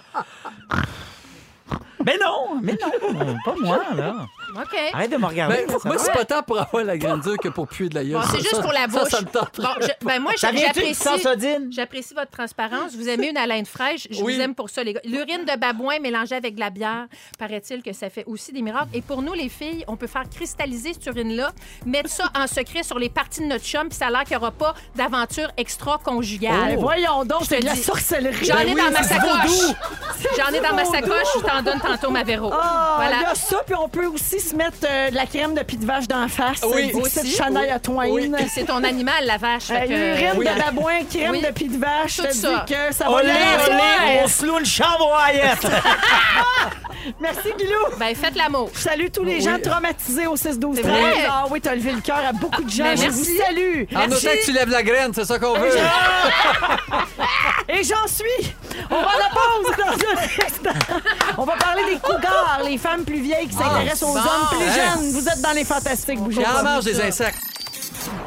S1: Mais non, mais non, pas moi, là.
S4: OK.
S1: Arrête de me regarder.
S2: Ben, moi, c'est pas tant pour avoir la graine dure que pour puer de la gueule.
S4: Bon,
S2: Ça,
S4: c'est juste
S2: ça-
S4: pour la
S2: ça,
S4: bouche.
S2: Ça, me tente.
S4: Bon, je- ben moi,
S1: Ça
S4: j-
S1: vient-tu du sans
S4: j'apprécie...
S1: sodine?
S4: J'apprécie votre transparence. Vous aimez une haleine fraîche. Je
S2: Oui.
S4: vous aime pour ça, les gars. L'urine de babouin mélangée avec de la bière, paraît-il que ça fait aussi des miracles. Et pour nous, les filles, on peut faire cristalliser cette urine-là, mettre ça en secret sur les parties de notre chum, puis ça a l'air qu'il n'y aura pas d'aventure
S3: Mais
S4: extra-conjugale.
S3: voyons donc,
S4: Je te
S3: c'est de la
S4: dis-
S3: sorcellerie.
S4: J'en ai
S3: Ben
S4: dans
S3: oui,
S4: ma
S3: c'est
S4: sacoche.
S3: vaudou.
S4: J'en ai dans ma
S3: vaudou.
S4: sacoche. Je t'en donne tantôt, ma Véro.
S3: Ah,
S4: Oh, Voilà.
S3: il y a ça, puis on peut aussi se mettre euh, de la crème de pie de vache d'en face. euh,
S2: Oui,
S3: du petit
S2: aussi,
S3: Chanel à Euh, Twain.
S2: Oui.
S4: Puis C'est ton animal, la vache.
S3: Euh,
S4: Fait que-
S3: Urine
S4: Oui.
S3: de babouin, crème
S4: Oui.
S3: de pie de vache. Je
S4: Tout
S3: te dis
S4: ça.
S3: que ça va
S1: Olé,
S3: bien aller.
S1: olé, on se loue une chambre Wyatt.
S3: Merci, Guilou.
S4: Ben, faites l'amour.
S3: Je salue tous les gens traumatisés au 6 12
S4: C'est
S3: 13
S4: vrai?
S3: Ah oui, t'as levé le cœur à beaucoup de gens.
S4: Mais
S3: Je vous
S4: merci.
S3: salue.
S2: En autant que tu lèves la graine, c'est ça qu'on veut.
S3: Et j'en suis. On va à la pause dans un instant. On va parler des cougars, les femmes plus vieilles qui s'intéressent aux
S2: bon,
S3: hommes plus
S2: hein.
S3: jeunes. Vous êtes dans les fantastiques, bougez
S2: Qui en
S3: pas.
S2: mange des insectes.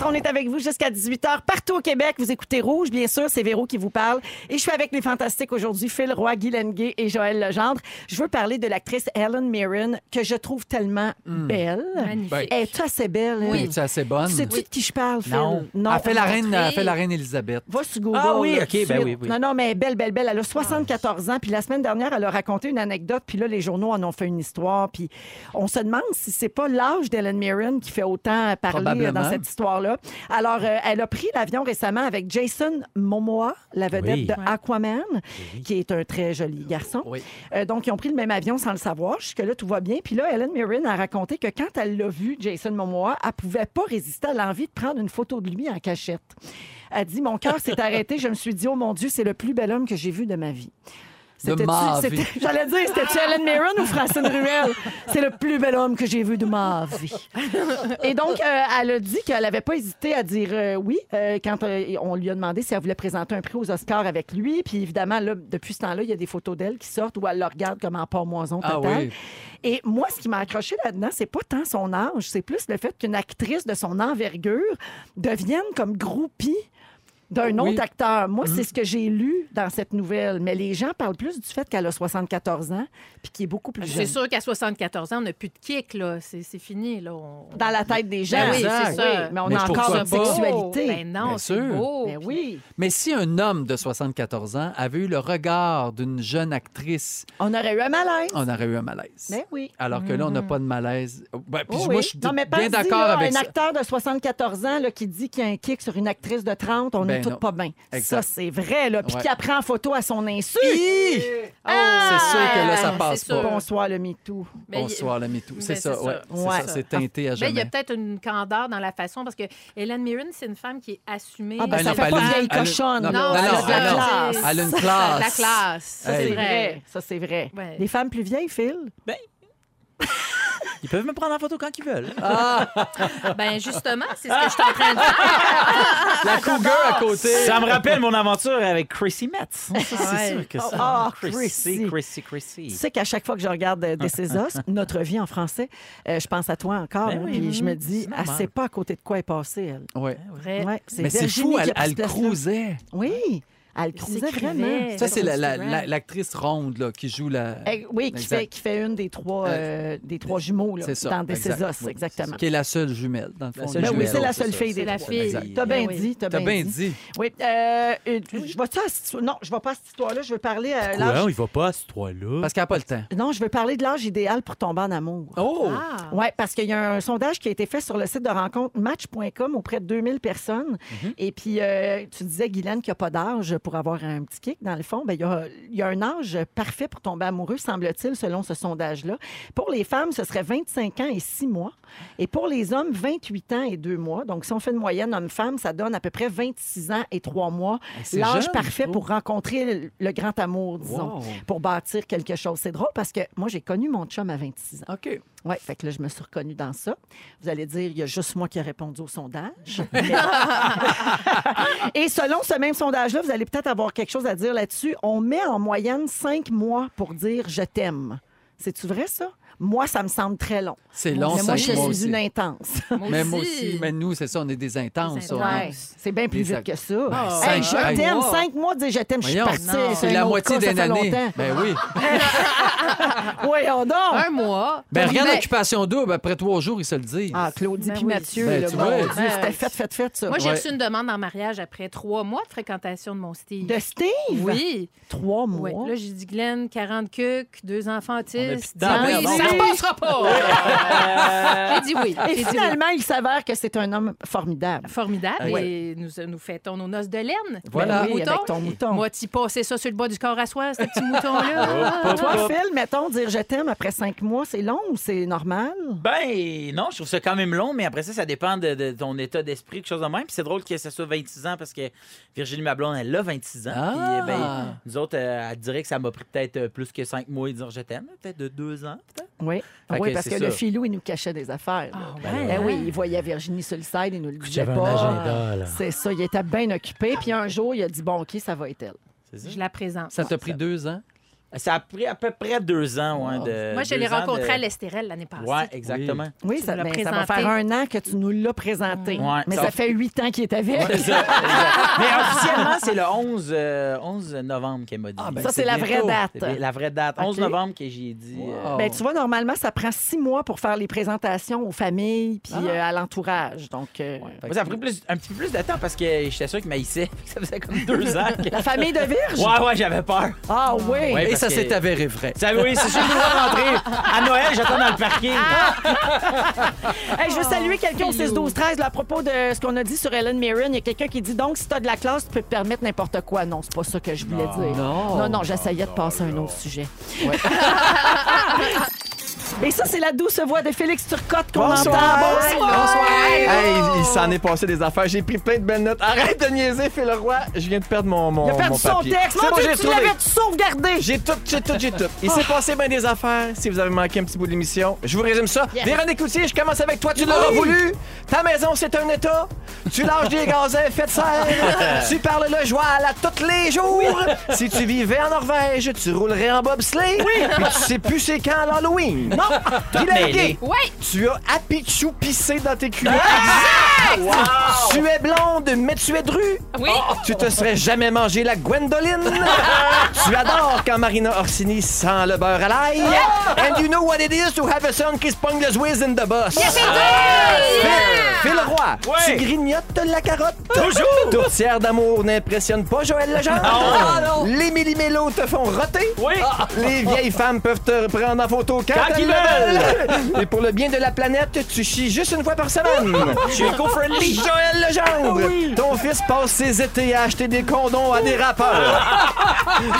S3: On est avec vous jusqu'à 18h partout au Québec. Vous écoutez Rouge, bien sûr, c'est Véro qui vous parle. Et je suis avec les fantastiques aujourd'hui, Phil Roy, Guy Lenguet et Joël Legendre. Je veux parler de l'actrice Helen Mirren, que je trouve tellement belle.
S4: Magnifique.
S3: Elle est assez belle. hein?
S2: Hmm. Oui. C'est assez bonne.
S3: Tu Sais-tu de qui je parle, Phil?
S1: Non.
S2: Elle fait la reine, elle fait la reine Elisabeth.
S3: Va sur Google.
S1: Ah oui,
S3: là,
S1: OK,
S3: tout de
S1: ben
S3: suite.
S1: oui, Ah. oui.
S3: Non, non, mais elle est belle, belle, belle. Elle a 74 ans. Puis la semaine dernière, elle a raconté une anecdote. Puis là, les journaux en ont fait une histoire. Puis on se demande si c'est pas l'âge d'Ellen Mirren qui fait autant parler euh,
S2: Probablement.
S3: dans cette histoire-là. Alors, euh, elle a pris l'avion récemment avec Jason Momoa, la vedette
S1: Oui.
S3: de Aquaman, qui est un très joli garçon.
S2: Oui.
S3: Euh, donc, ils ont pris le même avion sans le savoir. Jusque-là, tout va bien. Puis là, Ellen Mirren a raconté que quand elle l'a vu, Jason Momoa, elle pouvait pas résister à l'envie de prendre une photo de lui en cachette. Elle dit Mon cœur s'est arrêté. Je me suis dit, oh mon Dieu, c'est le plus bel homme que j'ai vu de ma vie. C'était-tu-
S2: ma
S3: c'était-
S2: vie.
S3: J'allais dire, c'était Ellen Mirren ou Francine Ruel? C'est le plus bel homme que j'ai vu de ma vie. Et donc, euh, elle a dit qu'elle n'avait pas hésité à dire euh, oui euh, quand euh, on lui a demandé si elle voulait présenter un prix aux Oscars avec lui. Puis évidemment, là, depuis ce temps-là, il y a des photos d'elle qui sortent où elle le regarde comme en port-moison
S2: Ah
S3: total.
S2: oui.
S3: Et moi, ce qui m'a accroché là-dedans, c'est pas tant son âge, c'est plus le fait qu'une actrice de son envergure devienne comme groupie d'un
S2: Oui. Mm-hmm.
S3: autre acteur. Moi, c'est ce que j'ai lu dans cette nouvelle. Mais les gens parlent plus du fait qu'elle a 74 ans puis qu'il est beaucoup plus jeune.
S4: C'est sûr qu'à 74 ans, on n'a plus de kick, là. C'est c'est fini, là. On-
S3: Dans la tête des gens.
S4: Ben oui,
S2: Exact.
S4: c'est ça.
S3: Oui, mais on
S2: Mais
S3: a
S2: pourquoi
S3: encore une
S2: pas?
S3: sexualité.
S4: Ben non,
S2: Bien
S4: c'est
S2: sûr.
S4: beau.
S3: Ben oui.
S2: Mais si un homme de 74 ans avait eu le regard d'une jeune actrice,
S3: On aurait eu un malaise.
S2: on aurait eu un malaise.
S3: Ben oui.
S2: Alors que là, on n'a
S4: Mhm.
S2: pas de malaise. Ben, puis
S3: Oh
S2: moi,
S3: oui.
S2: je suis
S3: Non, mais
S2: bien
S3: pense-y,
S2: d'accord
S3: là,
S2: avec
S3: un
S2: ça.
S3: acteur de 74 ans là, qui dit qu'il y a un kick sur une actrice de 30, on
S2: Ben
S3: est tout
S2: non.
S3: pas bien.
S2: Exact.
S3: Ça, c'est vrai. Là. Puis
S2: Ouais.
S3: qui apprend en photo à son insu.
S2: Hi! c'est sûr que là, ça
S4: Ah, c'est
S2: passe
S4: sûr. Ben,
S2: pas.
S3: Bonsoir, le MeToo.
S4: Mais
S2: Bonsoir, la MeToo. C'est
S4: Ben,
S2: ça,
S4: c'est
S2: ouais.
S4: ça.
S2: C'est
S3: Ouais.
S2: ça, c'est teinté à
S4: Ben, il y a
S2: jamais.
S4: peut-être une candeur dans la façon, parce que Hélène Mirren, c'est une femme qui est assumée.
S3: Ah,
S2: Ben
S3: ben, ça
S2: non,
S3: fait
S2: ben,
S3: pas
S2: elle-
S3: vieille
S2: elle-
S3: cochonne.
S2: non,
S3: là.
S4: ben
S3: Elle a
S4: non,
S3: de la
S4: ben non.
S3: classe.
S2: Elle a une
S4: Ça a
S2: classe.
S4: de La classe. Ça,
S2: Hey.
S4: c'est vrai.
S3: Ça, c'est vrai.
S4: Ouais.
S3: Les femmes plus vieilles, Phil.
S1: Ils peuvent me prendre en photo quand ils veulent.
S4: Ben, justement, c'est ce que je suis en train de faire.
S3: Ah,
S2: La cougar à côté.
S1: Ça me rappelle mon aventure avec Chrissy Metz.
S4: ouais.
S1: C'est sûr que ça.
S3: Ah, Chrissy.
S1: Chrissy, Chrissy,
S3: Tu
S1: Chrissy.
S3: sais qu'à chaque fois que je regarde euh, This Is Us, notre vie en français, euh, je pense à toi encore.
S1: Ben
S3: hein,
S1: oui,
S3: puis
S1: mm,
S3: je me dis,
S1: c'est
S3: elle
S1: normal.
S3: sait pas à côté de quoi est passée, elle.
S2: Ouais.
S4: Vrai.
S3: Ouais, c'est
S2: Mais c'est
S3: Virginie
S2: fou,
S3: qui a
S2: elle,
S3: pris
S2: elle
S3: cette place-là.
S2: cruisait.
S3: Oui. Elle
S4: C'est
S3: crousait vraiment.
S2: Ça, c'est la- la- la- l'actrice ronde là, qui joue la.
S3: Eh, Oui, qui
S2: Exact.
S3: fait, qui fait une des trois, euh, des trois jumeaux là,
S2: C'est ça.
S3: dans des
S2: Exact.
S3: Césos,
S2: Oui,
S3: exactement.
S2: Qui est la seule jumelle, dans le fond.
S1: La seule
S3: Ben oui,
S1: jumelle,
S3: c'est la
S1: c'est
S3: seule
S1: ça,
S3: fille
S1: c'est
S3: des
S4: la
S3: trois.
S4: fille.
S1: Exact.
S3: T'as bien
S4: Ben oui.
S3: dit, t'as
S2: T'as
S3: bien
S2: bien
S3: dit.
S2: dit.
S3: Oui, euh, euh, je vais à cette- non, je vais pas à cette histoire-là. Je veux parler à l'âge.
S1: il va pas à ce trois-là.
S2: Parce qu'elle n'a pas le temps.
S3: Non, je veux parler de l'âge idéal pour tomber en amour.
S2: Oh!
S4: Ah.
S3: Oui, parce qu'il y a un sondage qui a été fait sur le site de rencontre match.com auprès de 2000 personnes.
S2: Mhm.
S3: Et puis, euh, tu disais, Guylaine, qu'il n'y a pas d'âge pour avoir un petit kick. Dans le fond, ben, il, y a, il y a un âge parfait pour tomber amoureux, semble-t-il, selon ce sondage-là. Pour les femmes, ce serait 25 ans et 6 mois. Et pour les hommes, 28 ans et 2 mois. Donc, si on fait une moyenne homme-femme, ça donne à peu près 26 ans et 3 mois.
S2: Ben, c'est
S3: L'âge
S2: jeune, je
S3: parfait
S2: trouve.
S3: pour rencontrer le, le grand amour, disons,
S2: Wow.
S3: pour bâtir quelque chose. C'est drôle parce que moi, j'ai connu mon chum à 26 ans.
S2: OK.
S3: Oui, fait que là, je me suis reconnue dans ça. Vous allez dire, il y a juste moi qui ai répondu au sondage. Mais- Et selon ce même sondage-là, vous allez peut-être avoir quelque chose à dire là-dessus. On met en moyenne cinq mois pour dire je t'aime. C'est-tu vrai, ça? Moi, ça me semble très long.
S2: C'est long,
S3: mais
S2: ça.
S3: moi, je
S2: moi
S3: suis
S2: aussi.
S3: une intense.
S2: Mais moi aussi, mais nous, c'est ça, on est des intenses.
S4: Des
S2: on-
S4: intenses.
S3: Ouais, C'est bien plus
S2: Des
S3: vite que ça.
S2: Ah,
S3: Hey,
S2: cinq-
S3: je t'aime,
S2: mois.
S3: cinq mois de dire je t'aime, je suis
S2: Voyons,
S3: partie.
S2: c'est la moitié
S3: d'un
S2: d'une année. Ben oui.
S3: Ah. Voyons donc!
S4: Un mois.
S2: Ben regarde
S4: Mais-
S2: l'occupation double, après trois jours, ils se le disent.
S3: Ah, Claudie
S4: Ben
S3: puis
S4: oui.
S3: Mathieu,
S2: Ben,
S3: là,
S2: tu
S3: mon
S2: vois.
S3: Dieu,
S4: Ben
S3: c'était
S4: oui.
S3: fait, fait, fait, ça.
S4: Moi, j'ai
S2: Ouais.
S4: reçu une demande en mariage après trois mois de fréquentation de mon Steve.
S3: De Steve?
S4: Oui.
S3: Trois mois.
S4: Ouais. Là, j'ai dit Glenn, 40 cucs, deux enfants
S1: est
S4: autistes.
S1: putain,
S4: Il dit,
S1: merde,
S4: ça
S3: non.
S4: ne passera pas. J'ai dit oui.
S3: Et
S4: J'ai dit oui.
S3: finalement, il s'avère que c'est un homme formidable.
S4: Formidable.
S2: Ouais.
S4: Et nous, nous fêtons nos noces de laine.
S2: Voilà.
S4: Ben
S3: oui,
S4: mouton.
S3: avec ton mouton.
S4: Moi, t'y passais ça sur le bas du corps à soie, ce petit
S3: Oh.
S4: mouton-là.
S3: Toi, Phil, mettons, dire je t'aime après cinq mois, c'est long ou c'est normal?
S1: Ben non, je trouve ça quand même long, mais après ça, ça dépend de, de ton état d'esprit, quelque chose de même. Puis c'est drôle que ça soit 26 ans parce que Virginie Mablon, elle a 26 ans.
S2: Ah!
S1: Puis ben, nous autres, euh, elle dirait que ça m'a pris peut-être euh, plus que 5 mois de dire je t'aime, peut-être de 2 ans, peut-être.
S3: Oui.
S1: Fait
S3: Ah oui,
S1: que
S3: parce que
S1: c'est
S3: le
S1: ça.
S3: filou, il nous cachait des affaires. là.
S4: Ah,
S3: Ben,
S4: ouais.
S3: oui, il voyait Virginie sur le side, il nous le disait pas.
S1: là.
S3: C'est ça, il était bien occupé. Puis un jour, il a dit Bon, OK, ça va être elle.
S1: C'est ça?
S4: Je la présente.
S2: Ça t'a pris deux ans?
S1: Ça a pris à peu près 2 ans. ouais, de,
S4: Moi, je
S1: deux
S4: l'ai
S1: ans
S4: rencontrée
S1: de-
S4: à l'Estérel l'année passée.
S1: Ouais, exactement.
S3: Oui,
S4: Tu
S3: ça,
S4: nous l'as
S3: ben, ça va
S4: présenté.
S3: faire un an que tu nous l'as présenté.
S1: Ouais.
S3: Mais
S1: Ça
S3: ça,
S1: va-
S3: fait huit ans qu'il est avec.
S1: C'est ça, exact. Mais officiellement, c'est le 11, euh, 11 novembre qu'elle m'a dit.
S2: Ah, ben,
S3: ça, c'est la vraie
S2: bientôt.
S1: C'est
S3: date.
S1: bien la vraie date. 11
S3: Ok.
S1: novembre que j'ai dit. euh,
S2: Wow.
S3: Ben, tu vois, normalement, ça prend six mois pour faire les présentations aux familles puis euh, à l'entourage. Donc, euh,
S1: Moi, ça a pris plus- un petit peu plus de temps parce que j'étais sûr qu'il maïssait. Ça faisait comme deux ans. que-
S3: la famille de Virge?
S1: Ouais, ouais, j'avais peur.
S3: Ah oui!
S1: Ouais,
S2: Et
S1: parce
S2: ça
S1: que-
S2: s'est avéré vrai.
S1: Ça, oui, c'est sûr que je dois rentrer. À Noël, j'attends dans le parking.
S3: Hey, je veux saluer quelqu'un au 6-12-13 là, à propos de ce qu'on a dit sur Ellen Mirren. Il y a quelqu'un qui dit donc, si t'as de la classe, tu peux te permettre n'importe quoi. Non, c'est pas ça que je voulais dire.
S2: non.
S3: non, non, j'essayais de passer à un autre sujet. Et ça, c'est la douce voix de Félix Turcotte qu'on entend.
S6: Hey, il- il s'en est passé des affaires. J'ai pris plein de belles notes. Arrête de niaiser, fais le roi. Je viens de perdre mon, mon,
S3: Il a
S6: mon
S3: perdu son
S6: papier.
S3: texte.
S6: C'est
S3: Mon
S6: bon, j'ai
S3: Dieu, tu
S6: retrouvé.
S3: l'avais sauvegardé.
S6: J'ai tout, j'ai tout, j'ai tout. Il s'est passé bien des affaires. Si vous avez manqué un petit bout de l'émission, je vous résume ça.
S3: Yes.
S6: Véronique Loutier, je commence avec toi. Tu l'auras voulu. Ta maison, c'est un état. Tu lâches des gazins, fais de serre. tu parles le joie à tous les jours. Si tu vivais en Norvège, tu roulerais en bobsleigh. Oui. Puis tu sais plus c'est quand l'Halloween. Non. Il a
S1: mêlé.
S6: gay.
S4: Oui!
S6: Tu as apichou pissé dans tes culottes. Tu es blonde, mais tu es drue.
S4: Oui!
S6: Tu te serais jamais mangé la Gwendoline. tu adores quand Marina Orsini sent le beurre à l'ail. And you know what it is to have a son qui spong the whiz in the bus. Phil, Phil Roy,
S1: Ouais.
S6: tu grignotes la carotte. Toujours. Tourtière d'amour n'impressionne pas Joël Legendre. Les millimélos te font roter.
S1: Ah,
S6: Ah,
S1: Oui.
S6: Les vieilles femmes peuvent te prendre en photo quand,
S1: Quand
S6: elles
S1: ils
S6: le
S1: veulent.
S6: veulent. Et pour le bien de la planète, tu chies juste une fois par semaine.
S1: Je suis éco-friendly. Ah
S6: Joël Legendre, ton fils passe ses étés à acheter des condoms à des rappeurs.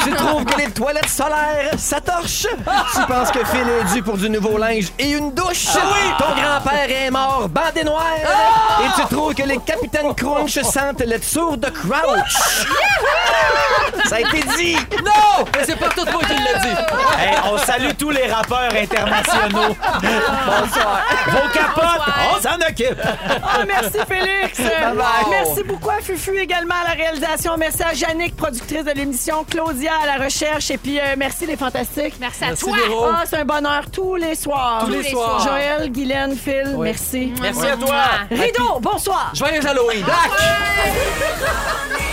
S6: tu trouves que les toilettes solaires, ça torche. tu penses que Phil est dû pour du nouveau linge et une douche.
S1: Ah
S6: Ton grand-père est mort, bandé noir.
S1: Ah!
S6: Et tu trouves que les capitaines Crunch sentent le tour de Crouch. ça a été dit.
S2: Non! Mais c'est pas tout moi qui l'ai dit.
S1: Hey, on salue tous les rappeurs internationaux. Bonsoir. Vos capotes, on s'en occupe.
S3: Ah, merci Félix. Merci beaucoup à Fufu également à la réalisation. Merci à Yannick, productrice de l'émission, Claudia à la recherche et puis euh, merci les fantastiques.
S4: Merci à
S2: Merci,
S4: toi!
S2: Véro.
S3: Ah, c'est un bonheur tous les soirs.
S2: Oh. Tous les soirs.
S3: Joël, Guylaine, Phil, merci.
S1: Merci à toi.
S3: Rideau, bonsoir.
S2: Joyeux Halloween.
S7: Véronique